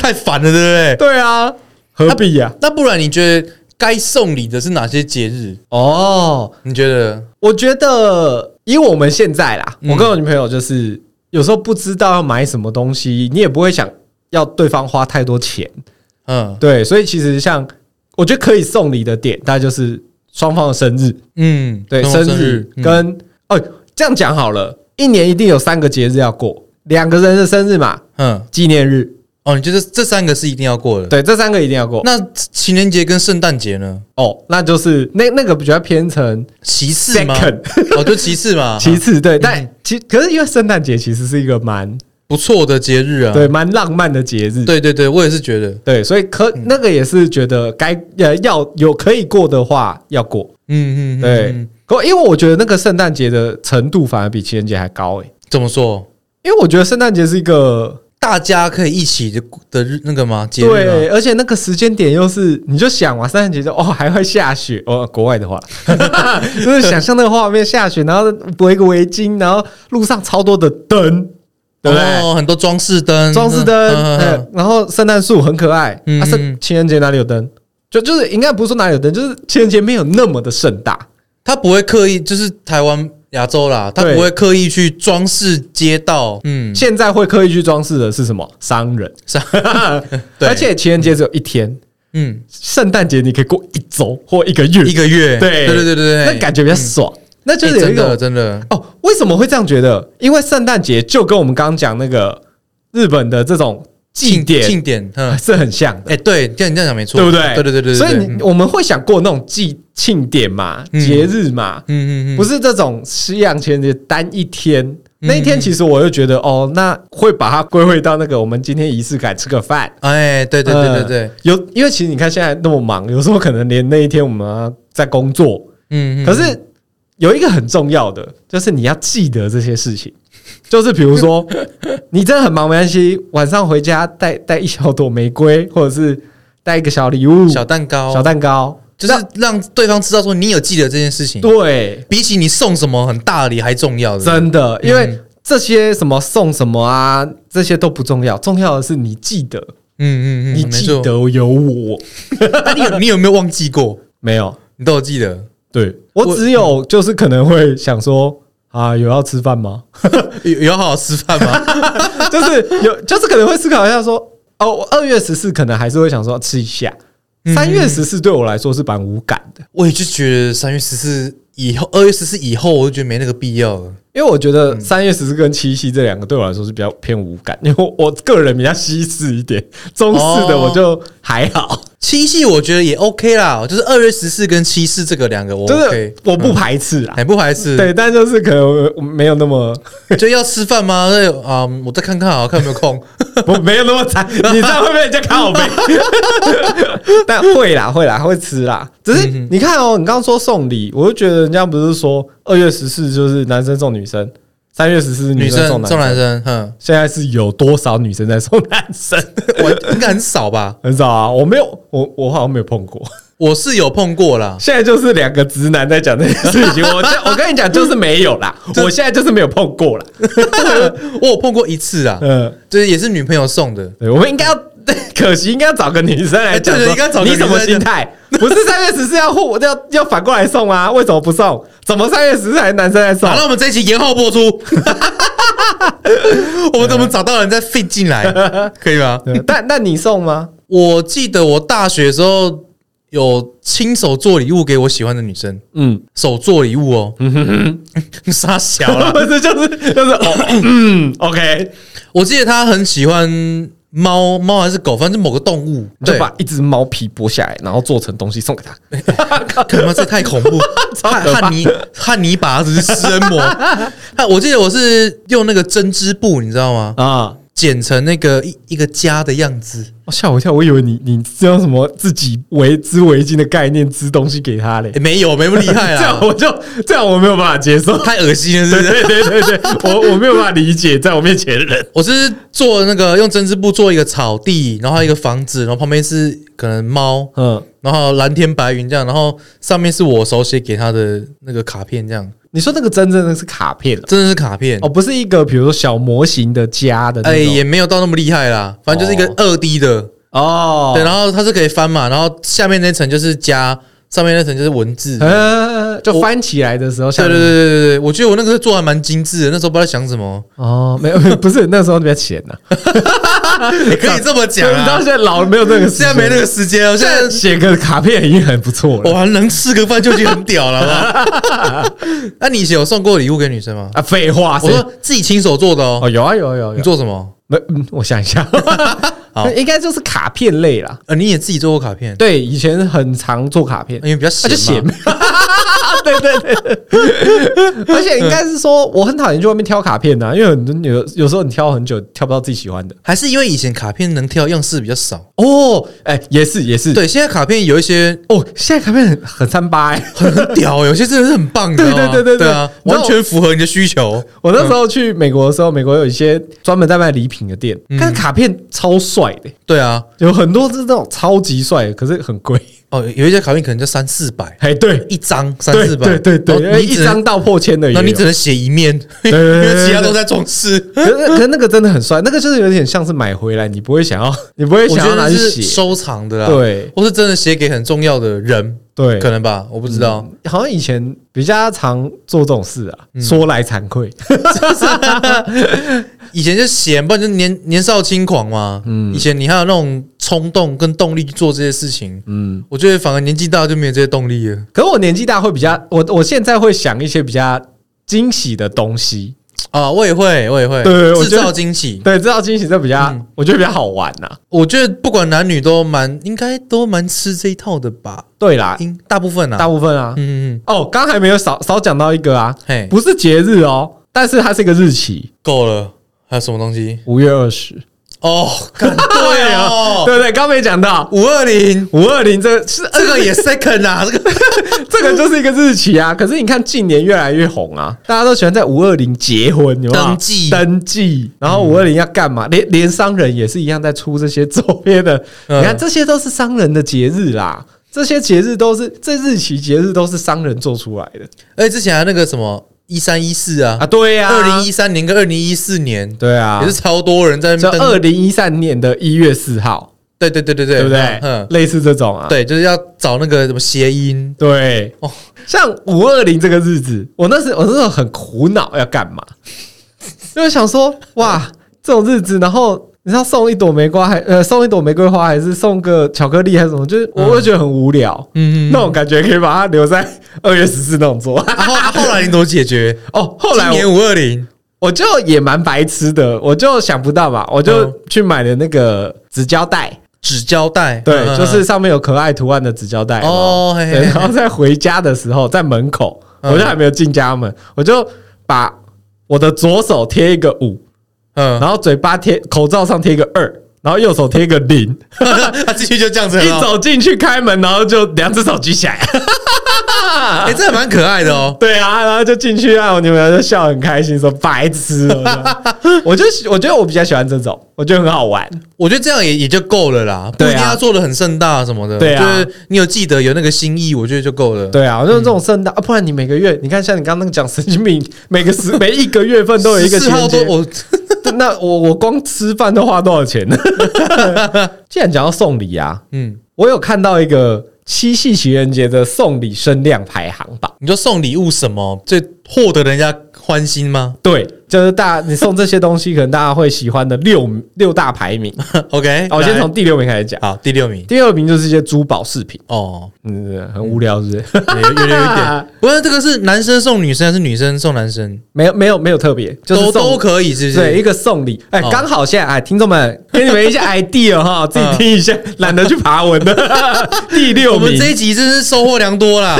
Speaker 2: 太烦了，对不对？
Speaker 1: 对啊，何必啊呀、
Speaker 2: 那不然你觉得该送礼的是哪些节日？
Speaker 1: 哦，
Speaker 2: 你觉得？
Speaker 1: 我觉得以我们现在啦，
Speaker 2: 嗯
Speaker 1: 我跟我女朋友就是有时候不知道要买什么东西，你也不会想要对方花太多钱，
Speaker 2: 嗯
Speaker 1: 对，所以其实像我觉得可以送礼的点，大概就是双方的生日，
Speaker 2: 嗯，
Speaker 1: 对，
Speaker 2: 跟我
Speaker 1: 生日
Speaker 2: 日嗯
Speaker 1: 跟哦，这样讲好了，一年一定有三个节日要过，两个人的生日嘛，
Speaker 2: 嗯
Speaker 1: 纪念日，
Speaker 2: 哦，你觉得这三个是一定要过的？
Speaker 1: 对，这三个一定要过。
Speaker 2: 那情人节跟圣诞节呢？
Speaker 1: 哦，那就是那那个比较偏成
Speaker 2: 其次吗？
Speaker 1: second
Speaker 2: 哦，就 其次嘛，
Speaker 1: 其
Speaker 2: 啊
Speaker 1: 次，对，但其可是因为圣诞节其实是一个蛮
Speaker 2: 不错的节日啊。
Speaker 1: 对蛮浪漫的节日，
Speaker 2: 对对对我也是觉得，
Speaker 1: 对，所以可
Speaker 2: 嗯
Speaker 1: 那个也是觉得该呃要有可以过的话要过，
Speaker 2: 嗯嗯，嗯嗯
Speaker 1: 对，可因为我觉得那个圣诞节的程度反而比情人节还高诶，
Speaker 2: 怎么说？
Speaker 1: 因为我觉得圣诞节是一个
Speaker 2: 大家可以一起的的日那个吗？节日啊
Speaker 1: 对，
Speaker 2: 吗？
Speaker 1: 而且那个时间点又是，你就想嘛，圣诞节就哦还会下雪哦，国外的话， 就是想象那个画面下雪，然后围个围巾，然后路上超多的灯，对不对？
Speaker 2: 哦，很多装饰灯，
Speaker 1: 装饰灯，
Speaker 2: 嗯嗯
Speaker 1: 呃
Speaker 2: 嗯
Speaker 1: 然后圣诞树很可爱。
Speaker 2: 嗯
Speaker 1: 啊，
Speaker 2: 嗯
Speaker 1: 圣情人节哪里有灯？就就是应该不是说哪里有灯，就是情人节没有那么的盛大。
Speaker 2: 他不会刻意，就是台湾亚洲啦，他
Speaker 1: 对
Speaker 2: 不会刻意去装饰街道。嗯，
Speaker 1: 现在会刻意去装饰的是什么？商人，
Speaker 2: 商 对
Speaker 1: 而且情人节只有一天，
Speaker 2: 嗯，
Speaker 1: 圣诞节你可以过一周或一个月，
Speaker 2: 一个月，
Speaker 1: 对
Speaker 2: 对对对对对，
Speaker 1: 那感觉比较爽。那就
Speaker 2: 哎
Speaker 1: 是有一
Speaker 2: 真
Speaker 1: 种
Speaker 2: 的真的，
Speaker 1: 哦，为什么会这样觉得？因为圣诞节就跟我们刚刚讲那个日本的这种祭典
Speaker 2: 庆典，嗯，
Speaker 1: 是很像的，
Speaker 2: 哎，对，这样你这样讲没错，
Speaker 1: 啊对不对？
Speaker 2: 对对对对，
Speaker 1: 所以
Speaker 2: 对
Speaker 1: 你我们会想过那种祭庆典嘛、
Speaker 2: 嗯
Speaker 1: 节日嘛，
Speaker 2: 嗯嗯嗯，
Speaker 1: 不是这种西洋情人节单一天。那一
Speaker 2: 嗯
Speaker 1: 天其实我就觉得哦，那会把它归回到那个我们今天仪式感吃个饭。
Speaker 2: 哎，对对对对对
Speaker 1: 呃，有因为其实你看现在那么忙，有时候可能连那一天我们要在工作，
Speaker 2: 嗯，嗯
Speaker 1: 可是有一个很重要的，就是你要记得这些事情。就是比如 说，你真的很忙没关系，晚上回家带带一小朵玫瑰，或者是带一个小礼物、
Speaker 2: 小蛋糕，
Speaker 1: 小蛋糕，
Speaker 2: 就是让对方知道说你有记得这件事情，
Speaker 1: 对，
Speaker 2: 比起你送什么很大的礼还重要的，
Speaker 1: 真的，
Speaker 2: 嗯
Speaker 1: 因为这些什么送什么啊，这些都不重要，重要的是你记得，
Speaker 2: 嗯嗯嗯，
Speaker 1: 你
Speaker 2: 没
Speaker 1: 记
Speaker 2: 错。
Speaker 1: 得有我
Speaker 2: 那 你有你有没有忘记过？
Speaker 1: 没有？
Speaker 2: 你都有记得，
Speaker 1: 对我
Speaker 2: 我嗯
Speaker 1: 只有就是可能会想说啊，有要吃饭吗？
Speaker 2: 有有要好好吃饭吗？
Speaker 1: 就是有，就是可能会思考一下说，哦，我二月十四可能还是会想说吃一下，
Speaker 2: 嗯
Speaker 1: 三月十四对我来说是蛮无感的，
Speaker 2: 我也就觉得三月十四以后，二月十四以后，我就觉得没那个必要了。
Speaker 1: 因为我觉得三月十四跟七夕这两个对我来说是比较偏无感， 因为我我个人比较西式一点，中式的我就还好，
Speaker 2: 七夕我觉得也 OK 啦，就是二月十四跟七四这个两个我
Speaker 1: 就是
Speaker 2: OK，
Speaker 1: 我不排斥啊。
Speaker 2: 哪不排斥？
Speaker 1: 对，但就是可能我没有那么
Speaker 2: 就要吃饭吗？那有啊、我再看看啊，看有 没有空。
Speaker 1: 我没有那么惨， 你这样会被人家卡我背。 但会啦，会啦，会吃啦。只是你看哦，你刚刚说送礼，我就觉得人家不是说二月十四就是男生送女生，三月十四
Speaker 2: 女
Speaker 1: 生
Speaker 2: 生
Speaker 1: 送
Speaker 2: 送
Speaker 1: 男生。
Speaker 2: 男生，哼，
Speaker 1: 现在是有多少女生在送男生？
Speaker 2: 我应该很少吧？
Speaker 1: 很少啊，我没有，我我好像没有碰过。
Speaker 2: 我是有碰过啦。
Speaker 1: 现在就是两个直男在讲这件事情，我这我跟你讲就是没有啦，我现在 就是没有碰过啦。
Speaker 2: 我有碰过一次啊，
Speaker 1: 嗯，
Speaker 2: 就是也是女朋友送的，
Speaker 1: 对，我们应该要， 可惜应该要找个女生来讲
Speaker 2: 哎
Speaker 1: 说，
Speaker 2: 对应该找个
Speaker 1: 你
Speaker 2: 女生
Speaker 1: 什
Speaker 2: 来
Speaker 1: 么
Speaker 2: 讲
Speaker 1: 心态？不是三月十四要互 要要反过来送啊？为什么不送？怎么三月十四还是男生在送
Speaker 2: 好，？那我们这一期延后播出。 我们怎么找到人再 fit 进来，可以吗？
Speaker 1: 对但那你送吗？
Speaker 2: 我记得我大学的时候有亲手做礼物给我喜欢的女生，
Speaker 1: 嗯，
Speaker 2: 手做礼 物哦，傻小啦
Speaker 1: 不。是就是就是哦，嗯，OK，
Speaker 2: 我记得她很喜欢猫，猫还是狗，反正某个动物。
Speaker 1: 你就
Speaker 2: 对，
Speaker 1: 把一只猫皮剥下来，然后做成东西送给他。
Speaker 2: 干嘛这太 恐怖？
Speaker 1: 超
Speaker 2: 汉
Speaker 1: 可怕
Speaker 2: 汉尼汉尼拔只是食人 魔。汉我记得我是用那个针织布，你知道吗？
Speaker 1: 啊！
Speaker 2: 剪成那个一一个家的样子。
Speaker 1: 我哦吓我一跳，我以为你你知道什么自己围织围巾的概念织东西给他嘞
Speaker 2: 欸、，没有，没那么厉害
Speaker 1: 这样
Speaker 2: 啦，。
Speaker 1: 我就这样我没有办法接受
Speaker 2: 太恶心了，是
Speaker 1: 啊 对
Speaker 2: 不是？
Speaker 1: 对对对对，我我没有办法理解在我面前的人。
Speaker 2: 我是做那个用针织布做一个草地，然后还有一个房子，然后旁边是可能猫，
Speaker 1: 嗯，
Speaker 2: 然后蓝天白云这样，然后上面是我手写给他的那个卡片，这样
Speaker 1: 你说那个真正的是卡片了
Speaker 2: 真的是卡片
Speaker 1: 哦，。不是一个比如说小模型的家的那
Speaker 2: 哎、
Speaker 1: 种、
Speaker 2: 也没有到那么厉害啦，反正就是一个二 D 的，
Speaker 1: 哦，
Speaker 2: 对，然后它是可以翻嘛，然后下面那层就是加，上面那层就是文 字，
Speaker 1: 呃，就翻起来的时候，
Speaker 2: 对
Speaker 1: 像
Speaker 2: 对对对对对，我觉得我那个做还蛮精致的，那时候不知道在想什么，
Speaker 1: 哦，没有， 不是那时候比较浅呐、
Speaker 2: 也欸可以这么 讲
Speaker 1: 对你知道
Speaker 2: 啊，
Speaker 1: 现在老了没有那个时
Speaker 2: 现
Speaker 1: 间，
Speaker 2: 在没那个时间了，现
Speaker 1: 现在
Speaker 2: 在
Speaker 1: 写个卡片已经很不错了
Speaker 2: 我还能吃个饭就已经很屌了好 不好那你以前有送过礼物给女生吗？
Speaker 1: 啊。废话，
Speaker 2: 我
Speaker 1: 谁
Speaker 2: 说自己亲手做的哦
Speaker 1: 哦，。有啊有啊有啊
Speaker 2: 你
Speaker 1: 有啊，
Speaker 2: 做什么？
Speaker 1: 没、嗯，我想一下，
Speaker 2: 好
Speaker 1: 应该就是卡片类啦。
Speaker 2: 呃，你也自己做过卡片，
Speaker 1: 对，以前很常做卡片
Speaker 2: 因，为比较
Speaker 1: 他
Speaker 2: 闲
Speaker 1: 就
Speaker 2: 嘛
Speaker 1: 写。。 对对对， 而且应该是说，我很讨厌去外面挑卡片呐、因为很多有有时候你挑很久，挑不到自己喜欢的。
Speaker 2: 还是因为以前卡片能挑样式比较少，
Speaker 1: 哦，哎、也是也是，
Speaker 2: 对，现在卡片有 一些
Speaker 1: 哦，现在卡片很很三八哎、
Speaker 2: 很屌，有些真的是很棒的，
Speaker 1: 对
Speaker 2: 你知道吗
Speaker 1: 对对对对
Speaker 2: 对啊，
Speaker 1: 你知道
Speaker 2: 完全符合你的需求。
Speaker 1: 我那时
Speaker 2: 嗯
Speaker 1: 候去美国的时候，美国有一些专门在卖礼品的店，
Speaker 2: 嗯
Speaker 1: 但是卡片超帅的、
Speaker 2: 对啊，
Speaker 1: 有很多是那种超级帅的，可是很贵。
Speaker 2: 哦，有一些卡片可能就三四百
Speaker 1: 哎，对
Speaker 2: 一张，三
Speaker 1: 对
Speaker 2: 四百，
Speaker 1: 对对对，因
Speaker 2: 然后
Speaker 1: 为
Speaker 2: 你
Speaker 1: 一
Speaker 2: 只能
Speaker 1: 张，到破千的也
Speaker 2: 那
Speaker 1: 有，
Speaker 2: 你只能写一面，因
Speaker 1: 对对对
Speaker 2: 为其他
Speaker 1: 对
Speaker 2: 都在装饰。
Speaker 1: 可是可是那个真的很帅，那个就是有点像是买回来，你不会想要， 你不会
Speaker 2: 我
Speaker 1: 想
Speaker 2: 觉
Speaker 1: 要
Speaker 2: 得
Speaker 1: 拿去
Speaker 2: 是
Speaker 1: 写。
Speaker 2: 收藏的啦，
Speaker 1: 对
Speaker 2: 或是真的写给很重要的人，
Speaker 1: 对，
Speaker 2: 可能吧，我不知道。
Speaker 1: 好像以前比较常做这种事啊，
Speaker 2: 嗯
Speaker 1: 说来惭愧。
Speaker 2: 以前就闲，不然就年年少轻狂嘛。嗯，以前你还有那种冲动跟动力去做这些事情。
Speaker 1: 嗯，
Speaker 2: 我觉得反而年纪大就没有这些动力了
Speaker 1: 可是我年纪大会比较，我我现在会想一些比较惊喜的东西，
Speaker 2: 啊！我也会，我也会，
Speaker 1: 对对我
Speaker 2: 制
Speaker 1: 觉得
Speaker 2: 造惊喜。
Speaker 1: 对，制造惊喜这比较，
Speaker 2: 嗯
Speaker 1: 我觉得比较好玩啊呐、
Speaker 2: 我觉得不管男女都蛮，应该都蛮吃这一套的吧，
Speaker 1: 对啦，
Speaker 2: 应大部分啊，
Speaker 1: 大部分啊，
Speaker 2: 嗯嗯嗯，
Speaker 1: 哦，刚还没有少少讲到一个啊，
Speaker 2: 嘿，
Speaker 1: 不是节日哦，但是它是一个日期，
Speaker 2: 够了，还有什么东西？
Speaker 1: 五月二十，
Speaker 2: 哦，干 对哦，
Speaker 1: 对不对？刚没讲到。
Speaker 2: 五二零，
Speaker 1: 五二零，这是
Speaker 2: 这个也 second 啊，这个
Speaker 1: 这个就是一个日期啊。可是你看，近年越来越红啊，大家都喜欢在五二零结婚，有没有
Speaker 2: 登记
Speaker 1: 登记，然后五二零要干嘛？连连商人也是一样在出这些周边的。
Speaker 2: 嗯
Speaker 1: 你看，这些都是商人的节日啦，这些节日都是这日期节日都是商人做出来的
Speaker 2: 而且哎之前还有那个什么一三一四啊
Speaker 1: 啊。，对呀，
Speaker 2: 嗯二零一三年跟二零一四年
Speaker 1: 对啊，
Speaker 2: 也是超多人在那
Speaker 1: 就
Speaker 2: 边登
Speaker 1: 二零一三年的一月四号，
Speaker 2: 对对对对对，
Speaker 1: 对不对
Speaker 2: 嗯？嗯，
Speaker 1: 类似这种啊，
Speaker 2: 对，就是要找那个什么谐音
Speaker 1: 对
Speaker 2: 哦
Speaker 1: 像五二零这个日子，我那时我那时候 很苦恼要干嘛，因为想说哇，这种日子，然后你知道送一朵玫瑰还呃送一朵玫瑰花，还是送个巧克力还是什么？就是我会觉得很无聊，
Speaker 2: 嗯嗯嗯
Speaker 1: 那种感觉可以把它留在二月十四那种做。
Speaker 2: 啊后啊后来你怎么解决？
Speaker 1: 哦， 后来
Speaker 2: 今
Speaker 1: 我
Speaker 2: 年五二零，
Speaker 1: 我就也蛮白痴的，我就想不到嘛，我就
Speaker 2: 嗯
Speaker 1: 去买了那个纸胶带，
Speaker 2: 纸胶带，
Speaker 1: 对
Speaker 2: 嗯，
Speaker 1: 就是上面有可爱图案的纸胶带。
Speaker 2: 哦嘿
Speaker 1: 对，
Speaker 2: 嘿
Speaker 1: 然后在回家的时候，在门口，
Speaker 2: 嗯
Speaker 1: 我就还没有进家门，我就把我的左手贴一个五，
Speaker 2: 嗯，
Speaker 1: 然后嘴巴贴口罩上贴一个二，然后右手贴一个 零。
Speaker 2: 他继续就这样子了
Speaker 1: 一
Speaker 2: 哦，
Speaker 1: 走进去开门，然后就两只手举起 来。
Speaker 2: 哎，这还蛮可爱的哦，
Speaker 1: 对啊，然后就进去啊，我女朋友就笑得很开心，说白痴哦。 我就我觉得我比较喜欢这种，我觉得很好玩。
Speaker 2: 我觉得这样也也就够了啦，不
Speaker 1: 对啊
Speaker 2: 一定要做的很盛大什么的，
Speaker 1: 对啊
Speaker 2: 就是你有记得有那个心意，我觉得就够了。
Speaker 1: 对啊，我就这种圣诞、啊，不然你每个月，你看像你刚刚那个讲神经病，每个十每一个月份都有一个情
Speaker 2: 四号
Speaker 1: 人
Speaker 2: 都
Speaker 1: 节。
Speaker 2: 我
Speaker 1: 那我我光吃饭都花多少钱 呢？既然讲到送礼啊，
Speaker 2: 嗯，
Speaker 1: 我有看到一个七夕情人节的送礼声量排行榜。
Speaker 2: 你就送礼物什么，最获得人家欢心吗
Speaker 1: 对，就是大你送这些东西，可能大家会喜欢的六六大排 名。哦
Speaker 2: ？OK，
Speaker 1: 好我先
Speaker 2: 来
Speaker 1: 从第六名开始讲。
Speaker 2: 好第六名
Speaker 1: 第二名就是一些珠宝饰品，
Speaker 2: 哦，
Speaker 1: 嗯，很无聊，是不是？
Speaker 2: 有有有一点，不是这个是男生送女生还是女生送男生，
Speaker 1: 没有，没有，没有特别，就是
Speaker 2: 都
Speaker 1: 送
Speaker 2: 都可以，是不
Speaker 1: 对一
Speaker 2: 是？
Speaker 1: 个送礼。哎，
Speaker 2: 哦
Speaker 1: 刚好现在哎，听众们给你们一 些 idea 哈，自己听一下，懒得去爬文 的。第
Speaker 2: 我
Speaker 1: 六
Speaker 2: 们
Speaker 1: 名
Speaker 2: 这，一集真是收获良 多啦，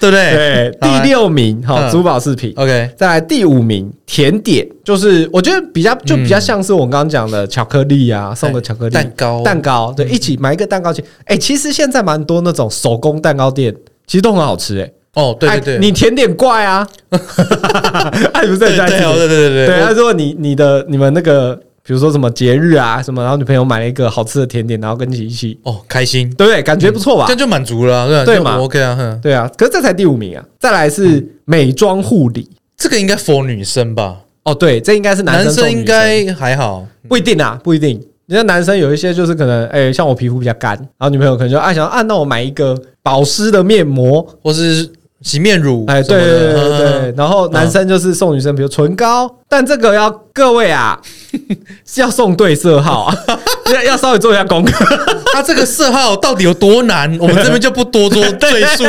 Speaker 2: 对不对
Speaker 1: 对，
Speaker 2: 哎好来
Speaker 1: 第六名哈，
Speaker 2: 嗯
Speaker 1: 珠宝饰品。
Speaker 2: ？OK，
Speaker 1: 再来第五名，甜点，就是我觉得比较就比较像是我刚刚讲的巧克力啊，送的巧克力、
Speaker 2: 嗯蛋糕嗯
Speaker 1: 蛋糕，对，一起买一个蛋糕去。哎、其实现在蛮多那种手工蛋糕店，其实都很好吃、哎，
Speaker 2: 哦，对
Speaker 1: 哎
Speaker 2: 对对，
Speaker 1: 你甜点怪 啊，哎，你不是
Speaker 2: 对
Speaker 1: 很
Speaker 2: 对
Speaker 1: 在
Speaker 2: 对哦对
Speaker 1: 意？
Speaker 2: 对
Speaker 1: 对，啊
Speaker 2: 对对
Speaker 1: 那如果你你的你们那个，比如说什么节日啊什么，然后女朋友买了一个好吃的甜点，然后跟你一起，
Speaker 2: 我，哦，开心，
Speaker 1: 对不对？感觉不错吧
Speaker 2: 这？样就满足了啊，对吧
Speaker 1: 对
Speaker 2: 就
Speaker 1: 嘛
Speaker 2: 我？OK 啊，哼，
Speaker 1: 对啊，可是这才第五名啊。再来
Speaker 2: 嗯
Speaker 1: 是美妆护理，
Speaker 2: 这个应该 for 女生吧，
Speaker 1: 哦，对，这应该是男
Speaker 2: 男
Speaker 1: 生送
Speaker 2: 生
Speaker 1: 女
Speaker 2: 应该还好，
Speaker 1: 不一定啊，不一定。人家男生有一些就是可能，哎、像我皮肤比较干，然后女朋友可能就啊想啊，那我买一个保湿的面膜，
Speaker 2: 或是洗面乳，
Speaker 1: 哎，对对对对对，
Speaker 2: 嗯，
Speaker 1: 然后男生就是送女生，比如唇膏，但这个要各位 啊，是要送对色号啊， 要要稍微做一下功课。
Speaker 2: 他啊这个色号到底有多难， 我们这边就不多做赘述，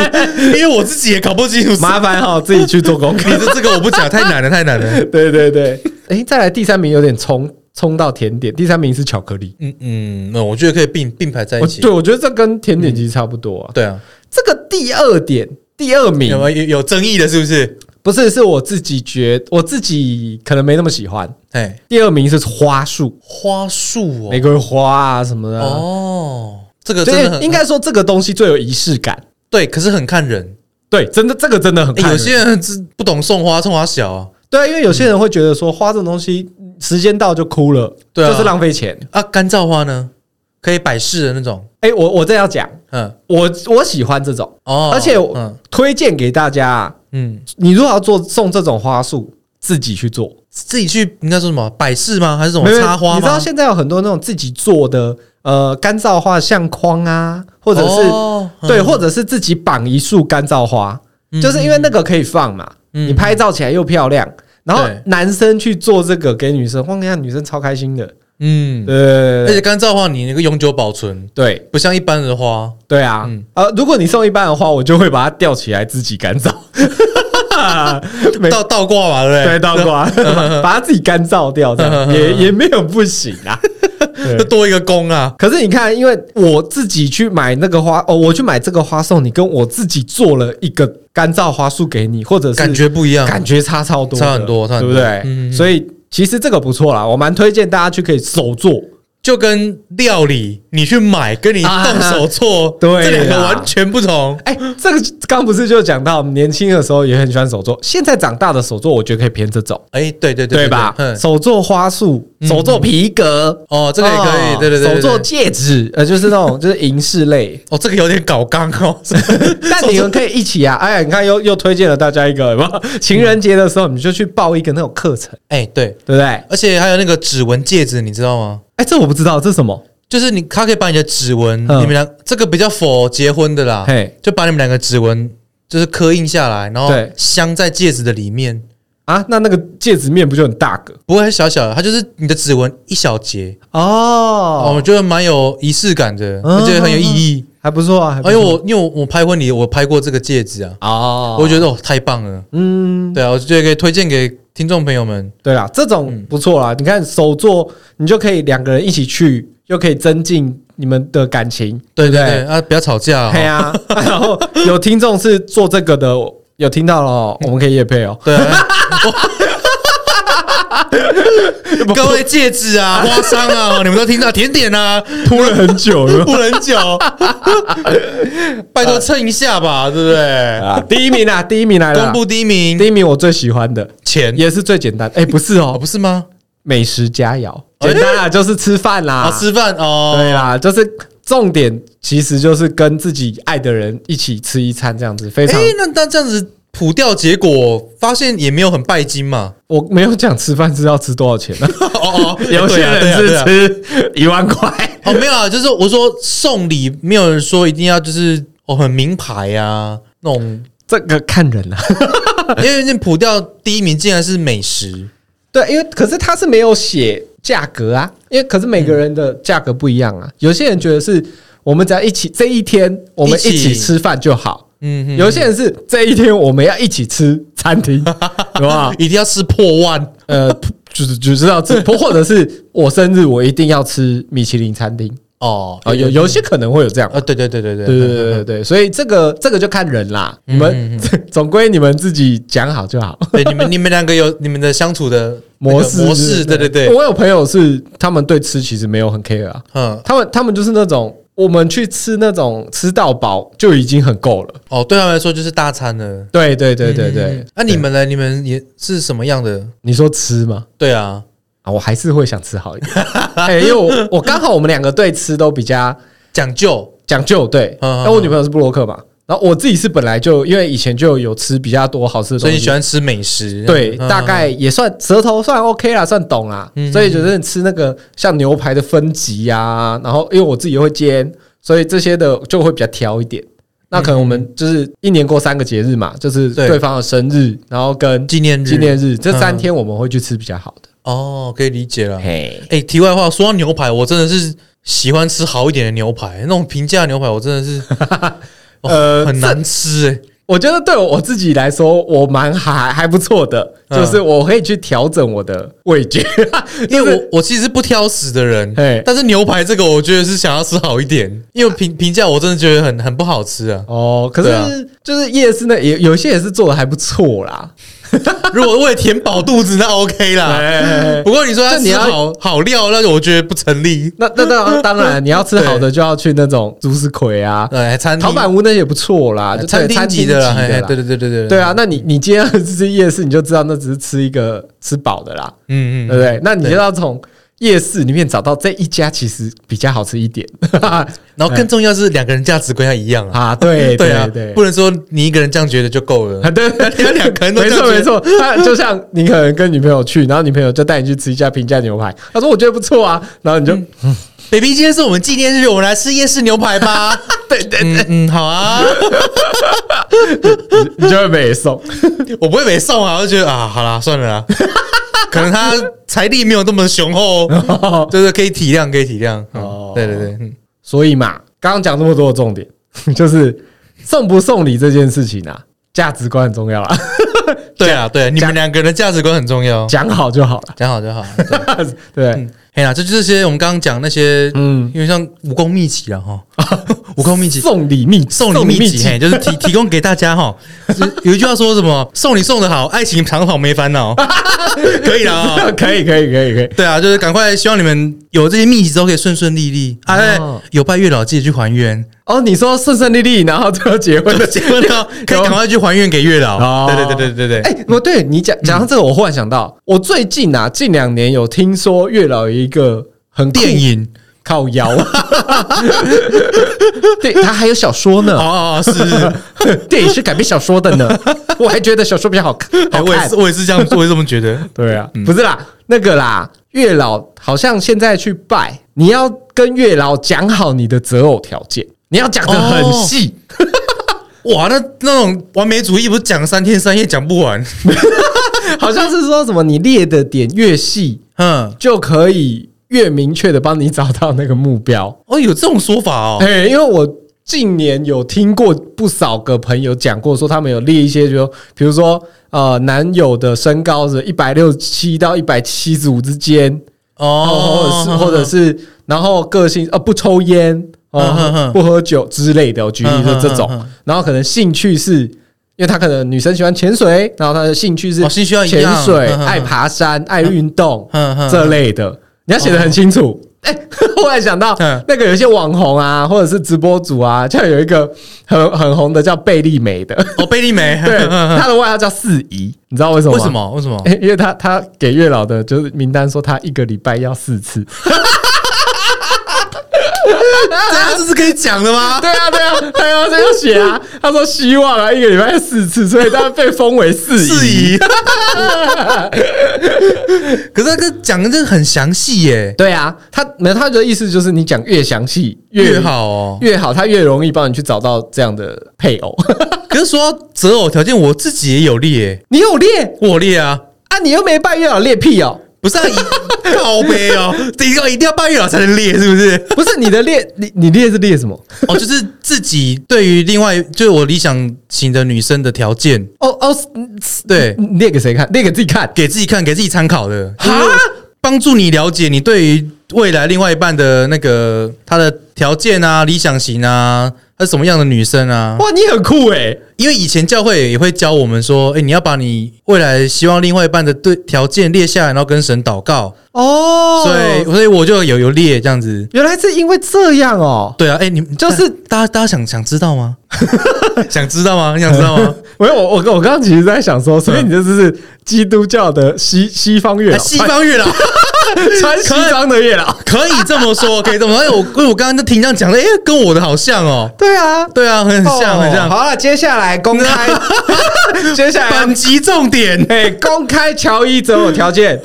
Speaker 2: 因为我自己也搞不清楚。
Speaker 1: 麻烦哈、自己去做 功课
Speaker 2: 你。的这个我不讲，太难了，太难了。
Speaker 1: 对对对，哎、再来第三名有点冲冲到甜点，第三名是巧克力。
Speaker 2: 嗯嗯，那我觉得可以并并排在一
Speaker 1: 我
Speaker 2: 起
Speaker 1: 对。我觉得这跟甜点其实差不多啊。
Speaker 2: 对啊，
Speaker 1: 这个第二点，第二名
Speaker 2: 有没有有争议的，是不是？
Speaker 1: 不是，是我自己觉，我自己可能没那么喜欢。
Speaker 2: 哎，
Speaker 1: 第二名是花束，
Speaker 2: 花束
Speaker 1: 玫
Speaker 2: 哦，
Speaker 1: 瑰花啊什么的啊，
Speaker 2: 哦，这个真的
Speaker 1: 对，
Speaker 2: 很
Speaker 1: 应该说这个东西最有仪式感。
Speaker 2: 对，可是很看人。
Speaker 1: 对，真的这个真的很
Speaker 2: 哎
Speaker 1: 看
Speaker 2: 有
Speaker 1: 人
Speaker 2: 些人是不懂送花，送花小啊，
Speaker 1: 对啊，因为有些人会觉得说花这种东西时间到就哭了，
Speaker 2: 对啊
Speaker 1: 就是浪费钱。
Speaker 2: 啊，干燥花呢，可以摆饰的那种。
Speaker 1: 哎，我我这要讲，
Speaker 2: 嗯，
Speaker 1: 我我喜欢这种，
Speaker 2: 哦，
Speaker 1: 而且我
Speaker 2: 嗯
Speaker 1: 推荐给大家啊，
Speaker 2: 嗯，
Speaker 1: 你如果要做送这种花束，自己去做，
Speaker 2: 自己去应该说什么摆饰吗？还是什么
Speaker 1: 没有
Speaker 2: 插花吗？
Speaker 1: 你知道现在有很多那种自己做的呃干燥花相框啊，或者是
Speaker 2: 哦
Speaker 1: 对，
Speaker 2: 嗯
Speaker 1: 或者是自己绑一束干燥花，
Speaker 2: 嗯
Speaker 1: 就是因为那个可以放嘛，
Speaker 2: 嗯
Speaker 1: 你拍照起来又漂亮。然后
Speaker 2: 对
Speaker 1: 男生去做这个给女生，哇，你看女生超开心的。
Speaker 2: 嗯，
Speaker 1: 呃
Speaker 2: 而，且干燥花你那个永久保存，
Speaker 1: 对
Speaker 2: 不像一般的花。
Speaker 1: 对啊
Speaker 2: 嗯，
Speaker 1: 呃，如果你送一般的花，我就会把它吊起来自己干燥， 没
Speaker 2: 倒倒挂嘛，对不
Speaker 1: 对
Speaker 2: 对？
Speaker 1: 倒 挂，把它自己干燥掉，这样也也没有不行 啊。对
Speaker 2: 就多一个弓啊。
Speaker 1: 可是你看，因为我自己去买那个花，哦，我去买这个花送你，跟我自己做了一个干燥花束给你，或者是
Speaker 2: 感觉不一样，
Speaker 1: 感觉差超多的，
Speaker 2: 嗯差很多差很
Speaker 1: 对
Speaker 2: 多
Speaker 1: 不对？
Speaker 2: 嗯嗯嗯
Speaker 1: 所以其实这个不错啦，我蛮推荐大家去可以手做。
Speaker 2: 就跟料理你去买跟你动手做，
Speaker 1: 啊 对啊
Speaker 2: 这两个完全不同。
Speaker 1: 哎、这个刚不是就讲到我们年轻的时候也很喜欢手做，现在长大的手做，我觉得可以偏这种，
Speaker 2: 哎，对对
Speaker 1: 对
Speaker 2: 对
Speaker 1: 吧？
Speaker 2: 嗯，
Speaker 1: 手做花束，手做皮革。
Speaker 2: 哦，这个也可以，
Speaker 1: 哦
Speaker 2: 对对对，对
Speaker 1: 手做
Speaker 2: 对
Speaker 1: 戒指，呃，就是那种 就是银饰 类，
Speaker 2: 哦，这个有点搞刚哦，
Speaker 1: 但你们可以一起啊！哎呀，你看又又推荐了大家一个， 有没有？情人节的时候你就去报一个那种课程，
Speaker 2: 哎，对，
Speaker 1: 对不对？哎、
Speaker 2: 而且还有那个指纹戒指，你知道吗？
Speaker 1: 这我不知道，这是什么？
Speaker 2: 就是你，它可以把你的指纹，
Speaker 1: 嗯
Speaker 2: 你们俩这个比较否结婚的啦
Speaker 1: 嘿，
Speaker 2: 就把你们两个指纹就是刻印下来，然后
Speaker 1: 对
Speaker 2: 镶在戒指的里面，
Speaker 1: 啊，那那个戒指面不就很大个
Speaker 2: 不会还小小的，它就是你的指纹一小节，哦，
Speaker 1: 哦
Speaker 2: 我？觉得蛮有仪式感的，
Speaker 1: 嗯
Speaker 2: 而且很有意义。
Speaker 1: 还不错啊，还不
Speaker 2: 而且
Speaker 1: 错
Speaker 2: 我哎因为我我拍婚礼，我拍过这个戒指啊，
Speaker 1: 哦，
Speaker 2: 我觉得哦太棒了，
Speaker 1: 嗯，
Speaker 2: 对啊，我觉得可以推荐给听众朋友们。
Speaker 1: 对啦，这种不错啦。你看手作，你就可以两个人一起去，又可以增进你们的感情，
Speaker 2: 对
Speaker 1: 不
Speaker 2: 对对，啊，不要吵架
Speaker 1: 对
Speaker 2: 哦。
Speaker 1: 啊。然后有听众是做这个的，有听到了 哦，我们可以夜配哦。
Speaker 2: 对啊， 各位戒 指啊、花商啊，你们都听到甜点啊，
Speaker 1: 铺了很久了
Speaker 2: 不能久，拜托蹭一下吧，对不对？
Speaker 1: 啊！第一名啦，第一名来了
Speaker 2: 公
Speaker 1: 啦，
Speaker 2: 布第一名
Speaker 1: 第一名我最喜欢的，
Speaker 2: 钱
Speaker 1: 也是最简单。哎，不是
Speaker 2: 哦，
Speaker 1: 哦，
Speaker 2: 不是吗？
Speaker 1: 美食佳肴，
Speaker 2: 哎
Speaker 1: 简单啦，就是吃饭啦
Speaker 2: 啊，，吃饭哦，
Speaker 1: 对啦，就是重点其实就是跟自己爱的人一起吃一餐，这样子非常
Speaker 2: 哎，那那这样子普调结果，发现也没有很拜金嘛。
Speaker 1: 我没有讲吃饭是要吃多少钱啊，
Speaker 2: 哦哦，
Speaker 1: 有些
Speaker 2: 对啊对啊对
Speaker 1: 人是
Speaker 2: 啊
Speaker 1: 吃一万块，
Speaker 2: 哦，没有啊，就是我说送礼，没有人说一定要就是哦很名牌啊那种，
Speaker 1: 这个看人啊。
Speaker 2: 因为那普调第一名竟然是美食，
Speaker 1: 对，因为可是他是没有写价格啊，因为可是每个人的价格不一样
Speaker 2: 嗯
Speaker 1: 啊。有些人觉得是我们只要一起这一天我们
Speaker 2: 一
Speaker 1: 一
Speaker 2: 起
Speaker 1: 起吃饭就好，
Speaker 2: 嗯哼，
Speaker 1: 有些人是这一天我们要一起吃餐 厅，有吧？
Speaker 2: 一定要吃破万，
Speaker 1: 呃，就是只知道吃，或者是我生日我一定要吃米其林餐厅
Speaker 2: 哦
Speaker 1: 啊，有有些可能会有这样。
Speaker 2: 啊，对对对对对嗯
Speaker 1: 对对对对对，所以这个这个就看人啦，你们总归你们自己讲好就好。
Speaker 2: 对，你们你们两个有你们的相处的那个
Speaker 1: 模式
Speaker 2: 模式，对对对，
Speaker 1: 我有朋友是他们对吃其实没有很 care 啊，
Speaker 2: 嗯，
Speaker 1: 他们他们就是那种我们去吃那种吃到饱就已经很够了。
Speaker 2: 哦，对他们来说就是大餐了，
Speaker 1: 对对对对
Speaker 2: 嗯
Speaker 1: 对
Speaker 2: 嗯，那你们呢？你们也是什么样的？
Speaker 1: 你说吃吗？
Speaker 2: 对啊，
Speaker 1: 啊，我还是会想吃好一点， 哎，因为我我刚好我们两个对吃都比较
Speaker 2: 讲究，
Speaker 1: 讲究，对。
Speaker 2: 嗯嗯
Speaker 1: 那我女朋友是布洛克嘛，然后我自己是本来就因为以前就有吃比较多好吃的
Speaker 2: 所
Speaker 1: 东
Speaker 2: 以你
Speaker 1: 西
Speaker 2: 喜，欢吃美食，
Speaker 1: 对，
Speaker 2: 嗯
Speaker 1: 大概也算舌头算 OK 啦，算懂啦
Speaker 2: 嗯，
Speaker 1: 所以就是吃那个像牛排的分级呀，然后因为我自己会煎，所以这些的就会比较挑一点。那可能我们就是一年过三个节日嘛，就是
Speaker 2: 对
Speaker 1: 对方的生日，然后跟
Speaker 2: 嗯纪念日
Speaker 1: 纪念日这三
Speaker 2: 嗯
Speaker 1: 天我们会去吃比较好的。
Speaker 2: 哦，可以理解了。
Speaker 1: 嘿，
Speaker 2: 哎、题外话，说到牛排，我真的是喜欢吃好一点的牛排，那种平价的牛排，我真 的是哦
Speaker 1: 呃
Speaker 2: 很难吃哎、
Speaker 1: 我觉得对我自己来说，我蛮还还不错的，
Speaker 2: 嗯
Speaker 1: 就是我可以去调整我的味觉，
Speaker 2: 因为我我其实是不挑食的人
Speaker 1: 嘿，。
Speaker 2: 但是牛排这个我觉得是想要吃好一点，因为平平价我真的觉得很很不好吃啊
Speaker 1: 哦，可
Speaker 2: 对
Speaker 1: 是
Speaker 2: 啊
Speaker 1: 就是夜市那有有些也是做的还不错啦，
Speaker 2: 如果为了填饱肚子，那 OK 啦。
Speaker 1: 哎，
Speaker 2: 不过你说要
Speaker 1: 这你
Speaker 2: 吃
Speaker 1: 要
Speaker 2: 好好料，那我觉得不成立。
Speaker 1: 那那那当然，你要吃好的就要去那种竹石葵啊，
Speaker 2: 哎，餐厅
Speaker 1: 陶板屋那也不错啦，就
Speaker 2: 啊餐
Speaker 1: 对
Speaker 2: 厅
Speaker 1: 餐
Speaker 2: 级
Speaker 1: 厅
Speaker 2: 的啦，
Speaker 1: 级
Speaker 2: 哎
Speaker 1: 的
Speaker 2: 哎
Speaker 1: 啦
Speaker 2: 对对对对对
Speaker 1: 对，啊，那你你今天要吃夜市，你就知道那只是吃一个吃饱的啦，
Speaker 2: 嗯
Speaker 1: 对
Speaker 2: 嗯，
Speaker 1: 不对？那你就
Speaker 2: 对
Speaker 1: 要从夜市里面找到这一家其实比较好吃一点
Speaker 2: 然后更重要是两个人价值观要一样啊。
Speaker 1: 啊，哎对
Speaker 2: 对啊，
Speaker 1: 对。
Speaker 2: 不能说你一个人这样觉得就够了
Speaker 1: 啊，。对，
Speaker 2: 你们两个人都
Speaker 1: 没
Speaker 2: 这
Speaker 1: 错
Speaker 2: 样
Speaker 1: 没
Speaker 2: 觉得
Speaker 1: 错，他就像你可能跟女朋友去，然后女朋友就带你去吃一家平价牛排，他说我觉得不错啊，然后你就、
Speaker 2: 嗯，baby，今天是我们纪念日，我们来吃夜市牛排吧。对对对， 嗯，好啊，
Speaker 1: 你就会被送，
Speaker 2: 我不会没送啊，我就觉得啊，好啦，算了啦， 可能他财力没有那么雄 厚，就是可以体谅，可以体谅。
Speaker 1: 哦
Speaker 2: 哦，对对对，嗯
Speaker 1: 所以嘛，刚刚讲这么多的重点，就是送不送礼这件事情啊，价值观很重要啊，
Speaker 2: 对啊，对啊，你们两个人的价值观很重要，
Speaker 1: 讲好就好了。
Speaker 2: 讲好就好。
Speaker 1: 对，
Speaker 2: 哎呀，这就是些我们刚刚讲那些，
Speaker 1: 嗯
Speaker 2: 嗯，因为像武功秘籍了 哈，武功秘籍。
Speaker 1: 送礼秘
Speaker 2: 送礼秘籍，嘿，就是提提供给大家哈。就是有一句话说什么？ 送礼送的好，爱情长跑没烦恼， 可以了啊、
Speaker 1: 可以可以可以可以，
Speaker 2: 对啊，就是赶快，希望你们有这些秘籍之后可以顺顺利利。啊，对
Speaker 1: 哦
Speaker 2: 有拜月老记得去还 愿，
Speaker 1: 哦，你说顺顺利利，然后最后结婚的
Speaker 2: 结婚了可以赶快去还愿给月
Speaker 1: 哦
Speaker 2: 老。对对对对对对，
Speaker 1: 哎，不对，你讲讲到这个，我忽然想到，我最近啊，近两年有听说月老有一个很酷
Speaker 2: 电影
Speaker 1: 靠腰， 对他还有小说呢，
Speaker 2: 哦哦是是， 是
Speaker 1: 电影是改编小说的 呢，我还觉得小说比较好看，
Speaker 2: 哎
Speaker 1: 好
Speaker 2: 我也
Speaker 1: 看
Speaker 2: 是。我也是这样，我也这么觉 得。
Speaker 1: 对啊，不是啦，那个啦，月老好像现在去拜，你要跟月老讲好你的择偶条件，你要讲的很
Speaker 2: 哦
Speaker 1: 细。
Speaker 2: 哇，那那种完美主义不是讲三天三夜讲不完，
Speaker 1: 好像是说什么你列的点越细，
Speaker 2: 嗯，
Speaker 1: 就可以越明确的帮你找到那个目标。
Speaker 2: 哦，有这种说法哦，
Speaker 1: 哎，因为我近年有听过不少个朋友讲过，说他们有列一些，就比如说呃，男友的身高是一百六七到一百七十五之间，
Speaker 2: 哦
Speaker 1: 哦，，或者是或者是，然后个性呃不抽烟，
Speaker 2: 嗯哼
Speaker 1: 哦
Speaker 2: 哼
Speaker 1: 不喝酒之类的，我举例就这种
Speaker 2: 嗯哼哼哼。
Speaker 1: 然后可能兴趣是，因为他可能女生喜欢潜水，然后他的兴趣是
Speaker 2: 哦兴趣要一
Speaker 1: 潜
Speaker 2: 样
Speaker 1: 水、
Speaker 2: 嗯哼哼
Speaker 1: 爱爬山、爱运动
Speaker 2: 嗯哼
Speaker 1: 这类的，你要写的很清楚。哎， 忽然想到
Speaker 2: 嗯
Speaker 1: 那个有一些网红啊，或者是直播主啊，像有一个很很红的叫贝利美 的，
Speaker 2: 哦，贝利梅，
Speaker 1: 对，
Speaker 2: 嗯
Speaker 1: 她的外号叫四姨，你知道为什么
Speaker 2: 为
Speaker 1: 吗？
Speaker 2: 什么？为什么？
Speaker 1: 欸 因为他他给月老的就是名单说他一个礼拜要四次，
Speaker 2: 这样这是可以讲的吗？
Speaker 1: 对啊对啊，他要这样写啊，他说希望啊一个礼拜四次，所以他被封为四
Speaker 2: 质
Speaker 1: 仪。
Speaker 2: 疑。 可是他这讲的这个很详细耶，
Speaker 1: 对啊，他没有他的意思就是你讲越详细
Speaker 2: 越好哦。
Speaker 1: 越好，他越容易帮你去找到这样的配 偶。
Speaker 2: 可是说到择偶条件，我自己也有列，
Speaker 1: 你有列
Speaker 2: 我有列啊，
Speaker 1: 啊？你又没拜月老列屁 哦？
Speaker 2: 不是啊，一 靠背哦，第一个一定要拜月老才能列，是不是？
Speaker 1: 不是你的列，你你列是列什么？
Speaker 2: 哦，就是自己对于另外就是我理想型的女生的条件，
Speaker 1: 哦哦，
Speaker 2: 对，
Speaker 1: 你列给谁看？列给自己看。
Speaker 2: 给自己看，给自己参考的，
Speaker 1: 哈
Speaker 2: 就是帮助你了解你对于未来另外一半的那个她的条件啊、理想型啊，她是什么样的女生啊？
Speaker 1: 哇，你很酷欸诶！
Speaker 2: 因为以前教会也会教我们说，哎、你要把你未来希望另外一半的对条件列下来，然后跟神祷告。
Speaker 1: 哦
Speaker 2: 所以，所以我就有有列这样子。
Speaker 1: 原来是因为这样哦。
Speaker 2: 对啊，哎、你们
Speaker 1: 就是
Speaker 2: 大家，大家想想知 道吗？想知道吗？你想知道吗？
Speaker 1: 没有，我我我刚刚其实在想说，所以你这就是基督教的西啊西方月
Speaker 2: 哎
Speaker 1: 老，
Speaker 2: 西方月老
Speaker 1: 穿穿西装的月老。
Speaker 2: 可以这么 说，可以这么说。哎、我因为我刚刚在听这样讲的，哎、跟我的好像哦。
Speaker 1: 对啊，
Speaker 2: 对啊，很像，
Speaker 1: 哦
Speaker 2: 很像。
Speaker 1: 好了，接下来公 开，接下来
Speaker 2: 本集 重点，
Speaker 1: 哎，公开乔伊择偶条 件。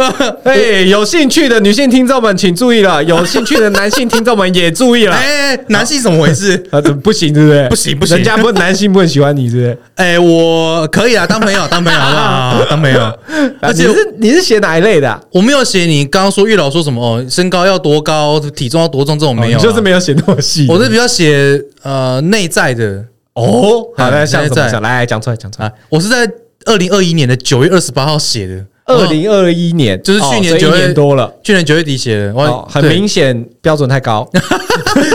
Speaker 1: 哎，有兴趣的女性听众们请注意 了，有兴趣的男性听众们也注意了。
Speaker 2: 哎、男性怎么回事？
Speaker 1: 啊，怎么不行，对不对？
Speaker 2: 不行不行
Speaker 1: 人家不男性不能喜欢你，对
Speaker 2: 哎、我可以啊，当朋友，当朋友，好不好？当朋友。
Speaker 1: 不对？
Speaker 2: 而
Speaker 1: 而且
Speaker 2: 且
Speaker 1: 啊你是你是写哪一类的啊？
Speaker 2: 我没有写你刚刚说月老说什么哦，身高要多高，体重要多重这种没有、
Speaker 1: 哦你
Speaker 2: 啊
Speaker 1: 就是没有写那么细的。
Speaker 2: 我是比较写呃内在的
Speaker 1: 哦，好，
Speaker 2: 嗯
Speaker 1: 来像什
Speaker 2: 现
Speaker 1: 么
Speaker 2: 在
Speaker 1: 想？来来讲出来，讲出来
Speaker 2: 啊。，我是在二零二一年的九月二十八号写的，
Speaker 1: 二零二一年，
Speaker 2: 就是去年
Speaker 1: 哦所以
Speaker 2: 九
Speaker 1: 一
Speaker 2: 月
Speaker 1: 年多了，
Speaker 2: 去年九月底写的，我、
Speaker 1: 哦，很
Speaker 2: 对
Speaker 1: 明显标准太高，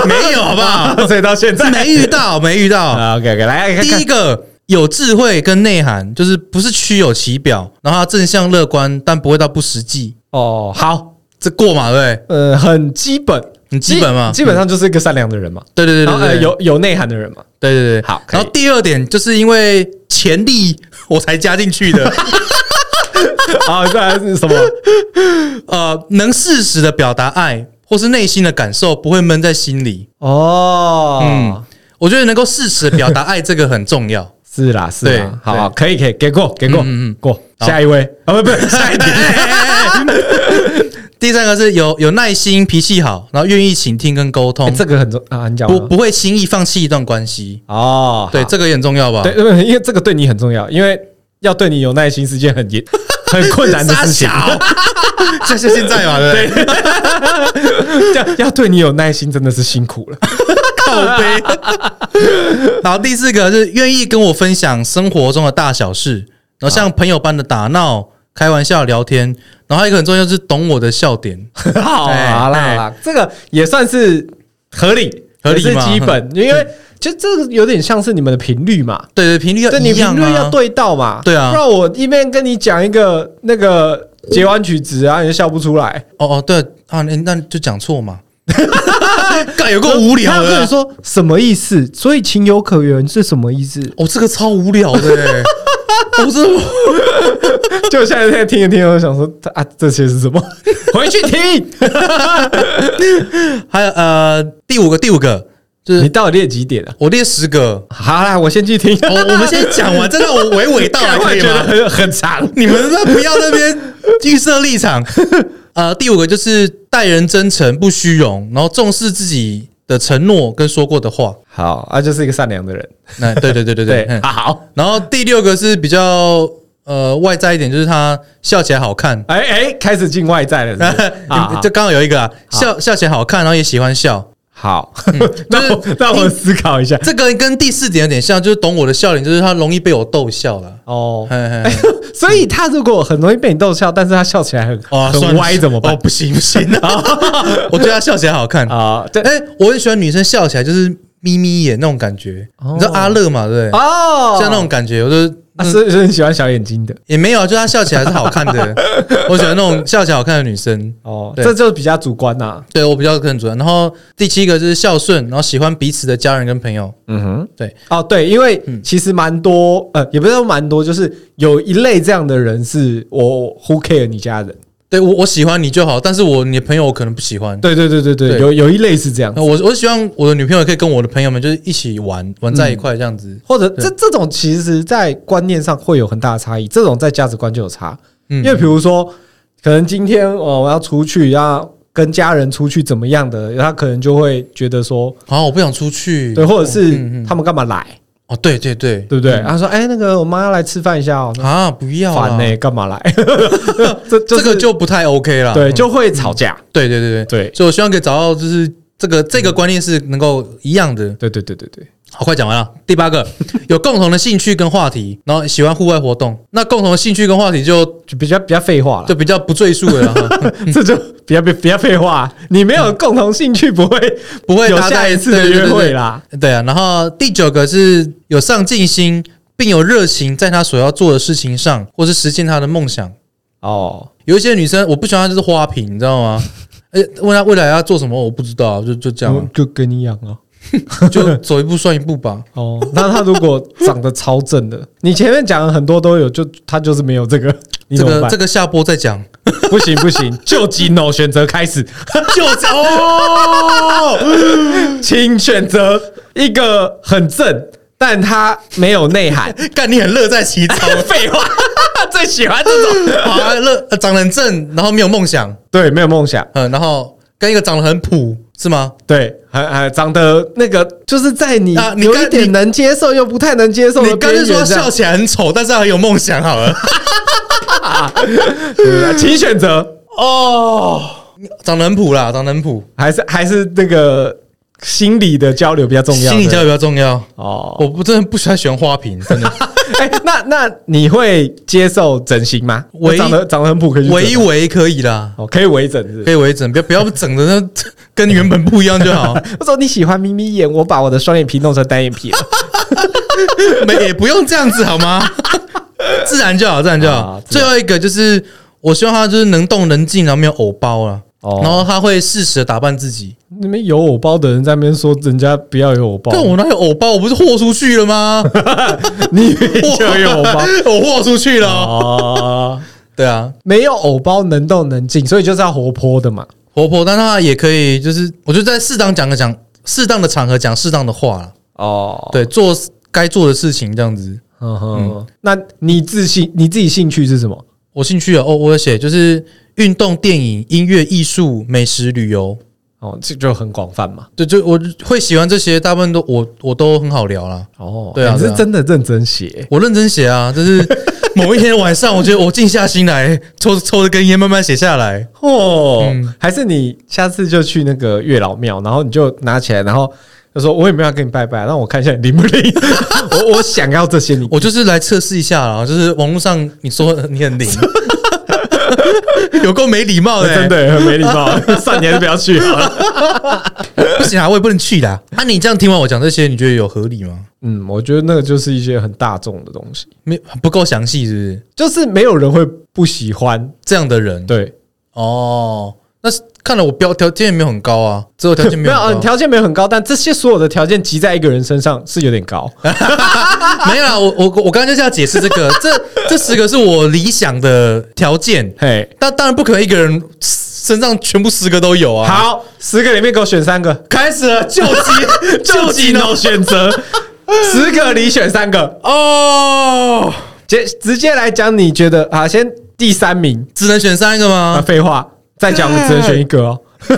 Speaker 2: 没有好 不好？
Speaker 1: 所以到现在
Speaker 2: 没遇到，没遇到。
Speaker 1: 啊。OK OK，来看
Speaker 2: 第
Speaker 1: 看，
Speaker 2: 一个有智慧跟内涵，就是不是虚有其表，然后他正向乐观，但不会到不实际。
Speaker 1: 哦，好，
Speaker 2: 这过嘛，对不
Speaker 1: 呃，很基本，
Speaker 2: 很基本嘛
Speaker 1: 基基本上就是一个善良的人嘛，
Speaker 2: 对？对对
Speaker 1: 然
Speaker 2: 对
Speaker 1: 后
Speaker 2: 对
Speaker 1: 呃
Speaker 2: 对，
Speaker 1: 有有内涵的人嘛。
Speaker 2: 对对对，
Speaker 1: 好可以
Speaker 2: 然后第二点就是因为潜力我才加进去的，
Speaker 1: 啊，再来是什么？
Speaker 2: 呃，能适时的表达爱或是内心的感受，不会闷在心里。
Speaker 1: 哦，
Speaker 2: 嗯，我觉得能够适时地表达爱这个很重要。
Speaker 1: 是啦，是
Speaker 2: 对
Speaker 1: 啦，好，可以可以，给过给过，
Speaker 2: 嗯嗯
Speaker 1: 嗯
Speaker 2: 嗯
Speaker 1: 过，
Speaker 2: 好
Speaker 1: 下一位啊， 不不，下一题
Speaker 2: 第三个是有有耐心、脾气好，然后愿意倾听跟沟通，
Speaker 1: 哎这个很重啊，你讲
Speaker 2: 不
Speaker 1: 吗
Speaker 2: 不会轻易放弃一段关系。
Speaker 1: 哦，
Speaker 2: 对，
Speaker 1: 好
Speaker 2: 这个也很重要吧？
Speaker 1: 对，对，因为这个对你很重要，因为要对你有耐心是件很 严、很困难的事情。
Speaker 2: 傻小，这是现在嘛，对不 对？
Speaker 1: 要要对你有耐心，真的是辛苦了。
Speaker 2: 靠背。然后第四个是愿意跟我分享生活中的大小事，然后像朋友般的打闹、开玩笑、聊天。然后还有一个很重要就是懂我的笑点，
Speaker 1: 好
Speaker 2: 哎
Speaker 1: 啦，好
Speaker 2: 哎
Speaker 1: 啦，这个也算是合理，嗯
Speaker 2: 合理
Speaker 1: 也是
Speaker 2: 嘛
Speaker 1: 基本，因为就这个有点像是你们的频率嘛。
Speaker 2: 对对，频率要
Speaker 1: 对，你
Speaker 2: 一
Speaker 1: 频
Speaker 2: 样
Speaker 1: 率要
Speaker 2: 啊。
Speaker 1: 对到嘛？
Speaker 2: 对啊
Speaker 1: 不然我一边跟你讲一个那个截完曲子啊，你就笑不出来。
Speaker 2: 哦哦，对啊，那那就讲 错嘛，干有够无聊啊
Speaker 1: 他跟
Speaker 2: 的
Speaker 1: 你。说什么意思？所以情有可原是什么意思？
Speaker 2: 哦，这个超无聊 的欸，不是
Speaker 1: 就我现在在听一听，我就想说啊，这些是什 么？回去听。
Speaker 2: 还有呃，第五个，第五个就是
Speaker 1: 你到底列几点啊？
Speaker 2: 我列十个。
Speaker 1: 好啦，我先去听。
Speaker 2: 我 我们先讲完，真的我娓娓道来可以
Speaker 1: 觉得
Speaker 2: 吗？
Speaker 1: 很很长。
Speaker 2: 你们那不要那边预设立场。呃，第五个就是待人真诚，不虚荣，然后重视自己的承诺跟说过的话。
Speaker 1: 好啊，就是一个善良的人。
Speaker 2: 那对对对对对。
Speaker 1: 对，
Speaker 2: 嗯
Speaker 1: 好，
Speaker 2: 然后第六个是比较呃外在一点，就是他笑起来好看。，
Speaker 1: 哎哎，开始进外在了是不是
Speaker 2: 你
Speaker 1: 啊
Speaker 2: 们就刚好有一个啊，笑笑起来好看，然后也喜欢笑。
Speaker 1: 好，
Speaker 2: 嗯
Speaker 1: 那我那我思考一下
Speaker 2: 这个跟第四点有点像，就是懂我的笑点，就是他容易被我逗笑了。
Speaker 1: 哦。
Speaker 2: 嘿 嘿嘿
Speaker 1: 所以他如果很容易被你逗笑，但是他笑起来很
Speaker 2: 哦，算
Speaker 1: 很
Speaker 2: 了
Speaker 1: 歪怎么办
Speaker 2: 哦，不行 不行啊！ 我觉得他笑起来好看。
Speaker 1: 啊？对
Speaker 2: 哎，我很喜欢女生笑起来就是眯眯眼那种感觉。你知道阿乐嘛？对不对？
Speaker 1: 哦，
Speaker 2: 像那种嗯感觉，我就
Speaker 1: 啊，所以所以你喜欢小眼睛的
Speaker 2: 也没有，就她笑起来是好 看的。我喜欢那种笑起来好看的女生。
Speaker 1: 哦，
Speaker 2: 对
Speaker 1: 这就比较主观啊呐。
Speaker 2: 对我比较更主要。然后第七个就是孝顺，然后喜欢彼此的家人跟朋友。
Speaker 1: 嗯哼，
Speaker 2: 对，
Speaker 1: 哦对，因为
Speaker 2: 嗯
Speaker 1: 其实蛮多呃，也不是说蛮多，就是有一类这样的人是我 who care 你家人。
Speaker 2: 对我我喜欢你就好，但是我你的朋友我可能不喜欢。
Speaker 1: 对对对对对，
Speaker 2: 对
Speaker 1: 有有一类是这样
Speaker 2: 那。我我希望我的女朋友可以跟我的朋友们就是一起玩玩在一块这样子。
Speaker 1: 或者这这种其实，在观念上会有很大的差异，这种在价值观就有差。
Speaker 2: 嗯，
Speaker 1: 因为比如说，可能今天哦，我要出去，要跟家人出去怎么样的，他可能就会觉得说，
Speaker 2: 好，我不想出去。
Speaker 1: 对，或者
Speaker 2: 嗯
Speaker 1: 是
Speaker 2: 嗯
Speaker 1: 他们干嘛来，
Speaker 2: 哦，对对对，
Speaker 1: 对不对？他说，哎，那个我妈要来吃饭一下哦，
Speaker 2: 啊，不要 啊
Speaker 1: 烦欸呢，干嘛来？ 这
Speaker 2: 这个
Speaker 1: 是
Speaker 2: 就不太 OK 了。
Speaker 1: 对，
Speaker 2: 嗯
Speaker 1: 就会吵架。
Speaker 2: 对对对对，
Speaker 1: 对，嗯
Speaker 2: 所以我希望可以找到就是这个这个观念是能够一样的。
Speaker 1: 对对对对对，
Speaker 2: 好，快讲完了。第 八个，有共同的兴趣跟话题，然后喜欢户外活动。那共同的兴趣跟话题就
Speaker 1: 就比较比较废话了
Speaker 2: 就，比较不赘述了哈，
Speaker 1: 这就比较比比较废话。你没有共同兴趣，不会
Speaker 2: 不会
Speaker 1: 有
Speaker 2: 搭
Speaker 1: 下
Speaker 2: 在
Speaker 1: 一次的
Speaker 2: 对对
Speaker 1: 约
Speaker 2: 对
Speaker 1: 会啦。
Speaker 2: 对对啊，然后第九个是有上进心，并有热情在他所要做的事情上，或是实现他的梦想。
Speaker 1: 哦，
Speaker 2: 有一些女生我不喜欢，她就是花瓶，你知 道吗？哎，问她未来要做什么，我不知道，就就这 样啊，
Speaker 1: 就跟你养啊。
Speaker 2: 就走一步算一步吧。
Speaker 1: 哦，那他如果长得超正的，你前面讲了很多都有，就他就是没有这 个，你
Speaker 2: 这
Speaker 1: 怎么
Speaker 2: 个
Speaker 1: 办？
Speaker 2: 这个下播再讲，
Speaker 1: 不行不 行，就仅哦，选择开始，
Speaker 2: 就这样哦。
Speaker 1: 请选择一个很正，但他没有内 涵。
Speaker 2: 干，你很乐在其中，
Speaker 1: 废话， 最喜欢 这种。
Speaker 2: 好啊乐呃长得很正，然后没有梦想，
Speaker 1: 对，没有梦想，
Speaker 2: 嗯，然后跟一个长得很普是吗？
Speaker 1: 对，还还长得那个，就是在你
Speaker 2: 啊你
Speaker 1: 有
Speaker 2: 刚
Speaker 1: 一点
Speaker 2: 你
Speaker 1: 能接受又不太能接受
Speaker 2: 你
Speaker 1: 的
Speaker 2: 刚
Speaker 1: 边
Speaker 2: 才
Speaker 1: 缘这
Speaker 2: 说
Speaker 1: 样。
Speaker 2: 笑起来很丑，但是很有梦想好了。
Speaker 1: 对不对请选择，
Speaker 2: 哦，长得很普啦，长得很普，
Speaker 1: 还是还是那个心理的交流比较重要。
Speaker 2: 心理交
Speaker 1: 对
Speaker 2: 流比较重要。
Speaker 1: 哦，
Speaker 2: 我不真的不喜欢喜欢花瓶，真的
Speaker 1: 哎、那那你会接受整形吗？
Speaker 2: 唯一
Speaker 1: 长得长得很普，可以去整
Speaker 2: 围一围可以啦，
Speaker 1: 哦，可以微整是不
Speaker 2: 可
Speaker 1: 是。
Speaker 2: 以围整，不要不要整的那 跟原本不一样就好，
Speaker 1: 我说你喜欢眯眯眼，我把我的双眼皮弄成单眼 皮了。
Speaker 2: 没也不用这样子好吗？ 自然就好，自然就好
Speaker 1: 啊。自
Speaker 2: 最
Speaker 1: 然
Speaker 2: 后一个就是我希望他就是能动能静，然后没有偶包啦，
Speaker 1: 哦
Speaker 2: 然后他会适时的打扮自己。
Speaker 1: 那边有偶包的人在那边说人家不要有偶包，
Speaker 2: 但我哪有偶包？我不是豁出去了吗？
Speaker 1: 你 就有偶包
Speaker 2: 我豁出去了哦。
Speaker 1: 哦，
Speaker 2: 对啊，
Speaker 1: 没有偶包能动能静，所以就是要活泼的嘛。
Speaker 2: 活泼，但他也可以，就是我就在适当讲个讲，适当的场合讲适当的话啦。
Speaker 1: 哦，
Speaker 2: 对，做该做的事情这样子。
Speaker 1: 嗯哼，那你自信你自己兴趣是什么？
Speaker 2: 我兴趣有哦，我有写就是运动、电影、音乐、艺术、美食、旅游。
Speaker 1: 哦，这就很广泛嘛。
Speaker 2: 对，就我会喜欢这些，大部分都我我都很好聊啦。
Speaker 1: 哦
Speaker 2: 对啊
Speaker 1: 你
Speaker 2: 对
Speaker 1: 是
Speaker 2: 啊
Speaker 1: 真的认真写。
Speaker 2: 我认真写啊，就是 某一天晚上，我觉得我静下心来，抽抽着根烟，慢慢写下来。
Speaker 1: 哦，
Speaker 2: 嗯
Speaker 1: 还是你下次就去那个月老庙，然后你就拿起来，然后就说：“我也没有要跟你拜拜，让我看一下你灵不 灵。我我想要这些你，
Speaker 2: 我就是来测试一下啦，就是网络上你说你 很灵，有够没礼貌的、欸，
Speaker 1: 哎真的很没礼貌，算你还是不要去啊好 了。
Speaker 2: 不行啊，我也不能去啦。那、你这样听完我讲这些，你觉得有合理吗？
Speaker 1: 嗯，我觉得那个就是一些很大众的东西，
Speaker 2: 没不够详细，是不是？
Speaker 1: 就是没有人会不喜欢。
Speaker 2: 这样的人，
Speaker 1: 对，
Speaker 2: 哦，那是看来我标条件没有很高啊，择偶条件没
Speaker 1: 没
Speaker 2: 有
Speaker 1: 有，啊，
Speaker 2: 很
Speaker 1: 你
Speaker 2: 高，
Speaker 1: 条件没有很高，但这些所有的条件集在一个人身上是有点 高。呃
Speaker 2: 没有
Speaker 1: 啊
Speaker 2: 啦。我我我刚刚就是要解释这 个，这这十个是我理想的条件，
Speaker 1: 嘿，
Speaker 2: 但当然不可能一个人身上全部十个都有啊。
Speaker 1: 好，十个里面给我选三个，
Speaker 2: 开始了，救 急救急呢？
Speaker 1: 能选择， 十个里选三个，
Speaker 2: 哦，
Speaker 1: 直直接来讲，你觉得啊，先第三名
Speaker 2: 只能选三个
Speaker 1: 啊，
Speaker 2: 吗？
Speaker 1: 废话，再讲我只能选一个哦，
Speaker 2: 这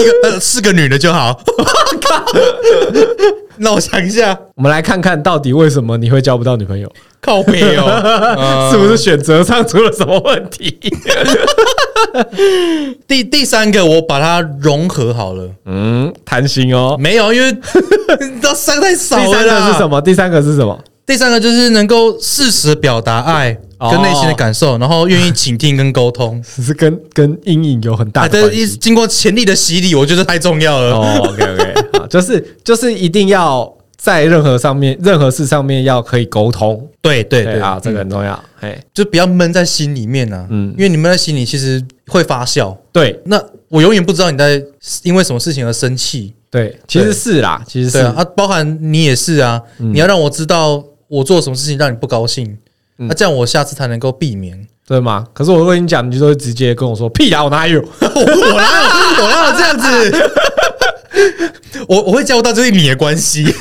Speaker 2: 一个呃是个女的就 好。那我想一下，
Speaker 1: 我们来看看到底为什么你会交不到女朋友，
Speaker 2: 靠背 哦，呃
Speaker 1: 是不是选择上出了什么问 题？
Speaker 2: 第第三个我把它融合好了，
Speaker 1: 嗯，贪心哦。
Speaker 2: 没有，因 为都伤太少
Speaker 1: 第
Speaker 2: 了。
Speaker 1: 三个是什
Speaker 2: 么？
Speaker 1: 么？第三个是什么？
Speaker 2: 第三个就是能够适时表达爱
Speaker 1: 哦
Speaker 2: 跟内心的感受，然后愿意倾听跟沟通。
Speaker 1: 只是跟跟阴影有很大
Speaker 2: 啊，
Speaker 1: 的
Speaker 2: 这
Speaker 1: 关
Speaker 2: 一
Speaker 1: 系。
Speaker 2: 经过潜力的洗礼，我觉得太重要了。
Speaker 1: 哦，OK OK，好，就是就是一定要在任何上面、任何事上面要可以沟通，
Speaker 2: 对对
Speaker 1: 对
Speaker 2: 对
Speaker 1: 啊，这个
Speaker 2: 嗯
Speaker 1: 很重要。哎，
Speaker 2: 就不要闷在心里面啊，
Speaker 1: 嗯
Speaker 2: 因为你闷在心里其实会发酵。
Speaker 1: 对
Speaker 2: 那我永远不知道你在因为什么事情而生气，
Speaker 1: 对，其实是啦，其实是
Speaker 2: 对啊，啊，包含你也是啊，你要让我知道我做什么事情让你不高兴，那、这样我下次才能够避免。
Speaker 1: 对吗？可是我跟你讲，你就会直接跟我说屁啦，我哪有？
Speaker 2: 我我哪有我哪有这样子？ 我我会教到就是你的关系，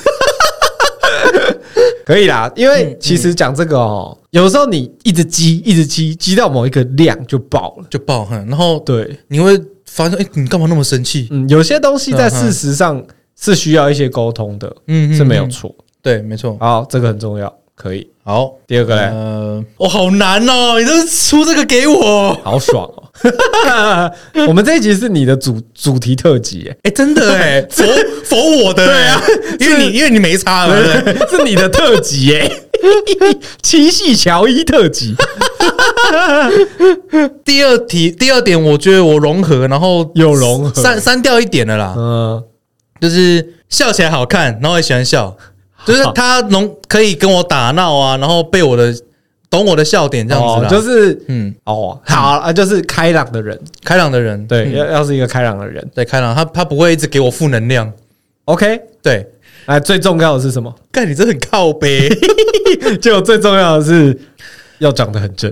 Speaker 1: 可以啦，因为其实讲这个哦，有时候你一直积，一直积，积到某一个量就爆了。
Speaker 2: 就爆哼，然后
Speaker 1: 对，
Speaker 2: 你会发现，哎、你干嘛那么生气？
Speaker 1: 嗯，有些东西在事实上是需要一些沟通的，
Speaker 2: 嗯
Speaker 1: 是没有，错。
Speaker 2: 对，没错。
Speaker 1: 好，这个很重要，可以。
Speaker 2: 好，
Speaker 1: 第二个嘞，
Speaker 2: 呃，我、好难哦，你都出这个给我，
Speaker 1: 好爽哦！ 我们这一集是你的主主题特辑耶，
Speaker 2: 哎、真的 哎、否否我的、对啊，因为你因为你没差了，对不对
Speaker 1: 是你的特辑耶， 七系乔伊特辑，
Speaker 2: 第二题第二点，我觉得我融合，然后
Speaker 1: 有融合
Speaker 2: 删删掉一点了啦，
Speaker 1: 嗯，
Speaker 2: 就是笑起来好看，然后也喜欢 笑，就是他能可以跟我打闹啊，然后被我的懂我的笑点这样子
Speaker 1: 哦
Speaker 2: 啦，，
Speaker 1: 就是
Speaker 2: 嗯，
Speaker 1: 哦，好啊，就是开朗的人，
Speaker 2: 开朗的人，
Speaker 1: 对，
Speaker 2: 嗯
Speaker 1: 要要是一个开朗的人
Speaker 2: 对，开朗，他他不会一直给我负能量，
Speaker 1: ，OK。
Speaker 2: 对，
Speaker 1: 哎，最重要的是什么？
Speaker 2: 干你这很靠背，
Speaker 1: 就最重要的是要长得很正，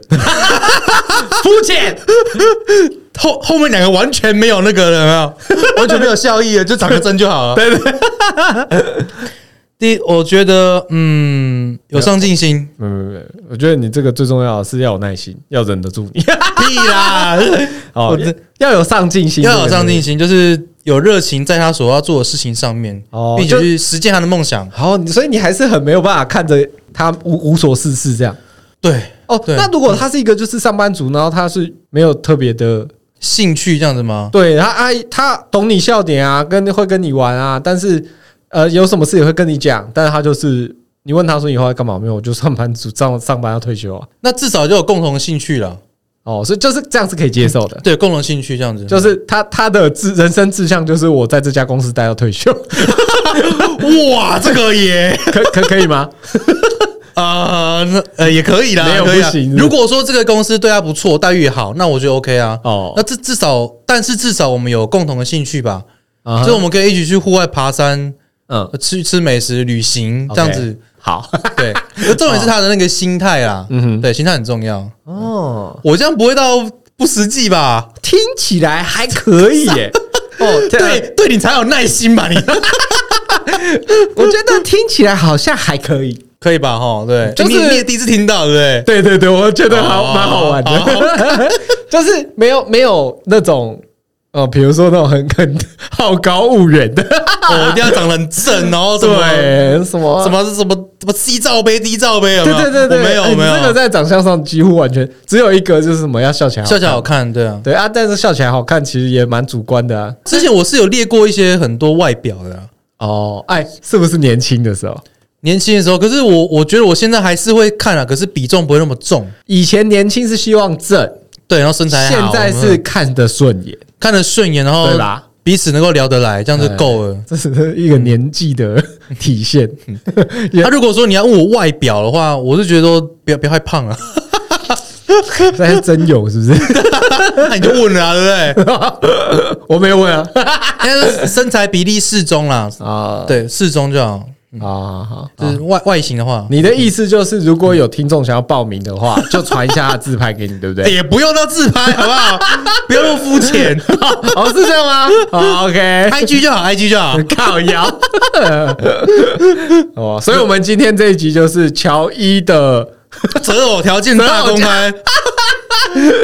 Speaker 2: 肤浅，后后面两个完全没有那个人 啊，完全没有效益了，就长个真就好了，对对。 第，我觉得，嗯，有上 进心，
Speaker 1: 没有没有，我觉得你这个最重要的是要有耐心，要忍得住你，
Speaker 2: 屁 啦！
Speaker 1: 哦
Speaker 2: 我这，
Speaker 1: 要有上进心，
Speaker 2: 要有上进心，就是有热情在他所要做的事情上面，
Speaker 1: 哦
Speaker 2: 并且去实践他的梦想。
Speaker 1: 好，你所以你还是很没有办法看着他无无所事事这样。
Speaker 2: 对，
Speaker 1: 哦，
Speaker 2: 对
Speaker 1: 那如果他是一个就是上班族，然后他是没有特别的，
Speaker 2: 兴趣这样子吗？
Speaker 1: 对他爱他懂你笑点啊，跟会跟你玩啊，但是呃有什么事也会跟你讲，但是他就是你问他说以后要干嘛没有，我就上班族上上班要退休啊，
Speaker 2: 那至少就有共同的兴趣了，
Speaker 1: 哦，所以就是这样是可以接受的，
Speaker 2: 对，共同兴趣这样子。
Speaker 1: 就是他他的志人生志向就是我在这家公司待到退休，
Speaker 2: 哇，这个也
Speaker 1: 可可可以吗？
Speaker 2: 啊，那呃也可以啦，
Speaker 1: 没有
Speaker 2: 可以啦
Speaker 1: 不行是不是
Speaker 2: 如果说这个公司对他不错，待遇也好，那我觉得 OK 啊。
Speaker 1: 哦
Speaker 2: 那至至少，但是至少我们有共同的兴趣吧，
Speaker 1: 啊
Speaker 2: 所以我们可以一起去户外爬山、呃
Speaker 1: 嗯，
Speaker 2: 吃吃美食、旅行这样子。
Speaker 1: 好
Speaker 2: 对，可重点是他的那个心态啦，
Speaker 1: 嗯哼
Speaker 2: 对，心态很重要。
Speaker 1: 哦。
Speaker 2: 我这样不会到不实际吧？
Speaker 1: 听起来还可以耶、哦，这样
Speaker 2: 对，，对你才有耐 心吧？你
Speaker 1: 我觉得听起来好像还可以。
Speaker 2: 可以吧？哈，对，
Speaker 1: 就是
Speaker 2: 你你也第一次听到，对 不对？
Speaker 1: 对对对，我觉得
Speaker 2: 哦
Speaker 1: 好蛮好玩
Speaker 2: 好
Speaker 1: 的，就是没有没有那种呃，比如说那种很很好高骛远的，
Speaker 2: 哦我一定要长得很正，然 后什么
Speaker 1: 对什么
Speaker 2: 什。么什么什么 C 罩杯、D 罩杯，有
Speaker 1: 对
Speaker 2: 没有？
Speaker 1: 呃对对对，
Speaker 2: 我没有
Speaker 1: 哎
Speaker 2: 我没
Speaker 1: 你这个
Speaker 2: 有，
Speaker 1: 在长相上几乎完全只有一个，就是什么要笑起来好
Speaker 2: 笑
Speaker 1: 看，
Speaker 2: 起来好看，对啊。
Speaker 1: 对啊，但是笑起来好看其实也蛮主观的啊。
Speaker 2: 之前我是有列过一些很多外表的啊、
Speaker 1: 哦，哎，是不是年轻的时候？
Speaker 2: 年轻的时候，可是我我觉得我现在还是会看啊，可是比重不会那么重，
Speaker 1: 以前年轻是希望正，
Speaker 2: 对，然后身材
Speaker 1: 现
Speaker 2: 好嗯
Speaker 1: 在
Speaker 2: 我
Speaker 1: 是
Speaker 2: 们
Speaker 1: 看得顺眼，
Speaker 2: 看得顺眼，然后
Speaker 1: 对吧？
Speaker 2: 彼此能够聊得来，这样就够了。
Speaker 1: 这是一个
Speaker 2: 嗯
Speaker 1: 年纪的体现。
Speaker 2: 他、如果说你要问我外表的话，我是觉得说不要不要太胖啊了，
Speaker 1: 但是真有是不是？
Speaker 2: 那 你就问了、啊，对 不对？
Speaker 1: 我没有问啊。
Speaker 2: 但是身材比例适中啦，
Speaker 1: 啊，
Speaker 2: 对，适中就好。
Speaker 1: 啊，好。
Speaker 2: 就是外外形的话，
Speaker 1: 你的意思就是，如果有听众想要报名的 话，就传一下他的自拍给你，对不对？
Speaker 2: 哎也不用到自拍，好不好？不要那么肤浅
Speaker 1: 哦，是这样 吗？好，OK。
Speaker 2: ，IG 就好，IG 就好。
Speaker 1: 靠 腰哦，所以我们今天这一集就是乔伊的
Speaker 2: 择偶条件大公开，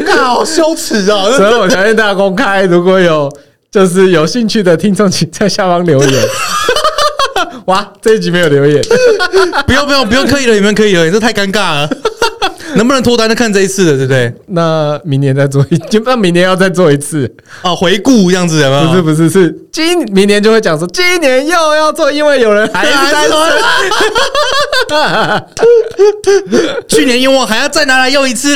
Speaker 3: 看好羞耻啊！
Speaker 1: 所以我条件大公开，如果有就是有兴趣的听众，请在下方留 言。哇，这一集没有留言，
Speaker 2: 不用不用不用刻意了，你们可以了，你这太尴尬了。能不能脱单就看这一次了，对不对？
Speaker 1: 那明年再做一，就那明年要再做一次，
Speaker 2: 哦，回顾这样子有没有？
Speaker 1: 不是不是是今明年就会讲说今年又要做，因为有人
Speaker 2: 哎
Speaker 1: 还是单身。
Speaker 2: 去年愿望还要再拿来用一次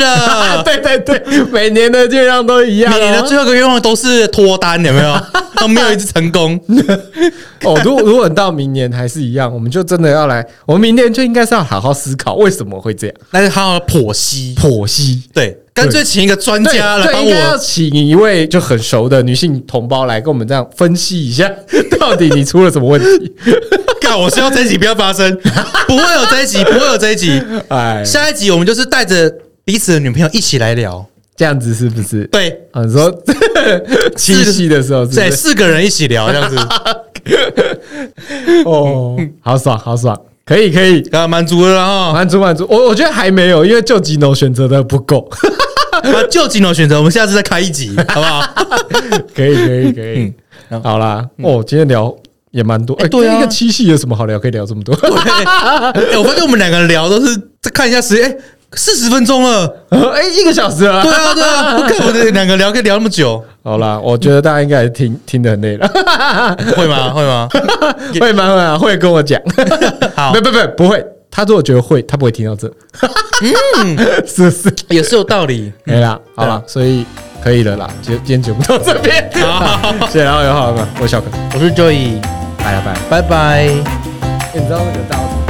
Speaker 2: 了。
Speaker 1: 对对对，每年的愿望都一样、哦。
Speaker 2: 每年的最后一个愿望都是脱单，有没有？都没有一次成功。
Speaker 1: 哦，如果如果到明年还是一样，我们就真的要来，我们明年就应该是要好好思考为什么会这样，
Speaker 2: 但是好好剖析，
Speaker 1: 剖析。
Speaker 2: 对，干脆请一个专
Speaker 1: 对，
Speaker 2: 家来
Speaker 1: 对
Speaker 2: 帮
Speaker 1: 应该要
Speaker 2: 我。
Speaker 1: 请一位就很熟的女性同胞来跟我们这样分析一下， 到底你出了什么问 题？
Speaker 2: 干，我希望这一集不要发生， 不会有这一集，不会有这一集。
Speaker 1: 哎，
Speaker 2: 下一集我们就是带着彼此的女朋友一起来聊。
Speaker 1: 这样子是不是？
Speaker 2: 对，
Speaker 1: 啊，你说七夕的时候是
Speaker 2: 对，
Speaker 1: 不是？
Speaker 2: 四个人一起聊这样子，
Speaker 1: 哦，好爽，好爽，可以，可以。
Speaker 2: 啊，满足了哈。
Speaker 1: 满足满足，我我觉得还没有，因为就吉农选择的不够。
Speaker 2: 啊，就金融选择，我们下次再开一集，好不好？
Speaker 1: 可以可以可以，
Speaker 2: 嗯
Speaker 1: 好啦，哦，今天聊也蛮多，
Speaker 2: 哎
Speaker 1: 哎，
Speaker 2: 对啊
Speaker 1: 这一个七夕有什么好聊？可以聊这么多，
Speaker 2: 哎，我发现我们两个聊都是再看一下时间，哎，四十分钟了。
Speaker 1: 哎，一个小时了
Speaker 2: 对
Speaker 1: 啦。
Speaker 2: 啊，对啊，不可我这两个聊可以聊那么久，
Speaker 1: 好啦，我觉得大家应该还是听听得很累了，
Speaker 2: 会吗？会吗？
Speaker 1: 会吗？会啊，会跟我讲，
Speaker 2: 好
Speaker 1: 不，不不，不会。他如果觉得会，他不会听到这，
Speaker 2: 嗯
Speaker 1: 是不是？
Speaker 2: 也是有道理。
Speaker 1: 没啦，好啦，所以可以了啦，今今天节目到这边，
Speaker 2: 好
Speaker 1: 谢谢大家有好了吗？我是小可，
Speaker 2: 我是 Joy，
Speaker 1: 拜了拜了。
Speaker 2: 拜拜。
Speaker 1: 哎你知道那个大家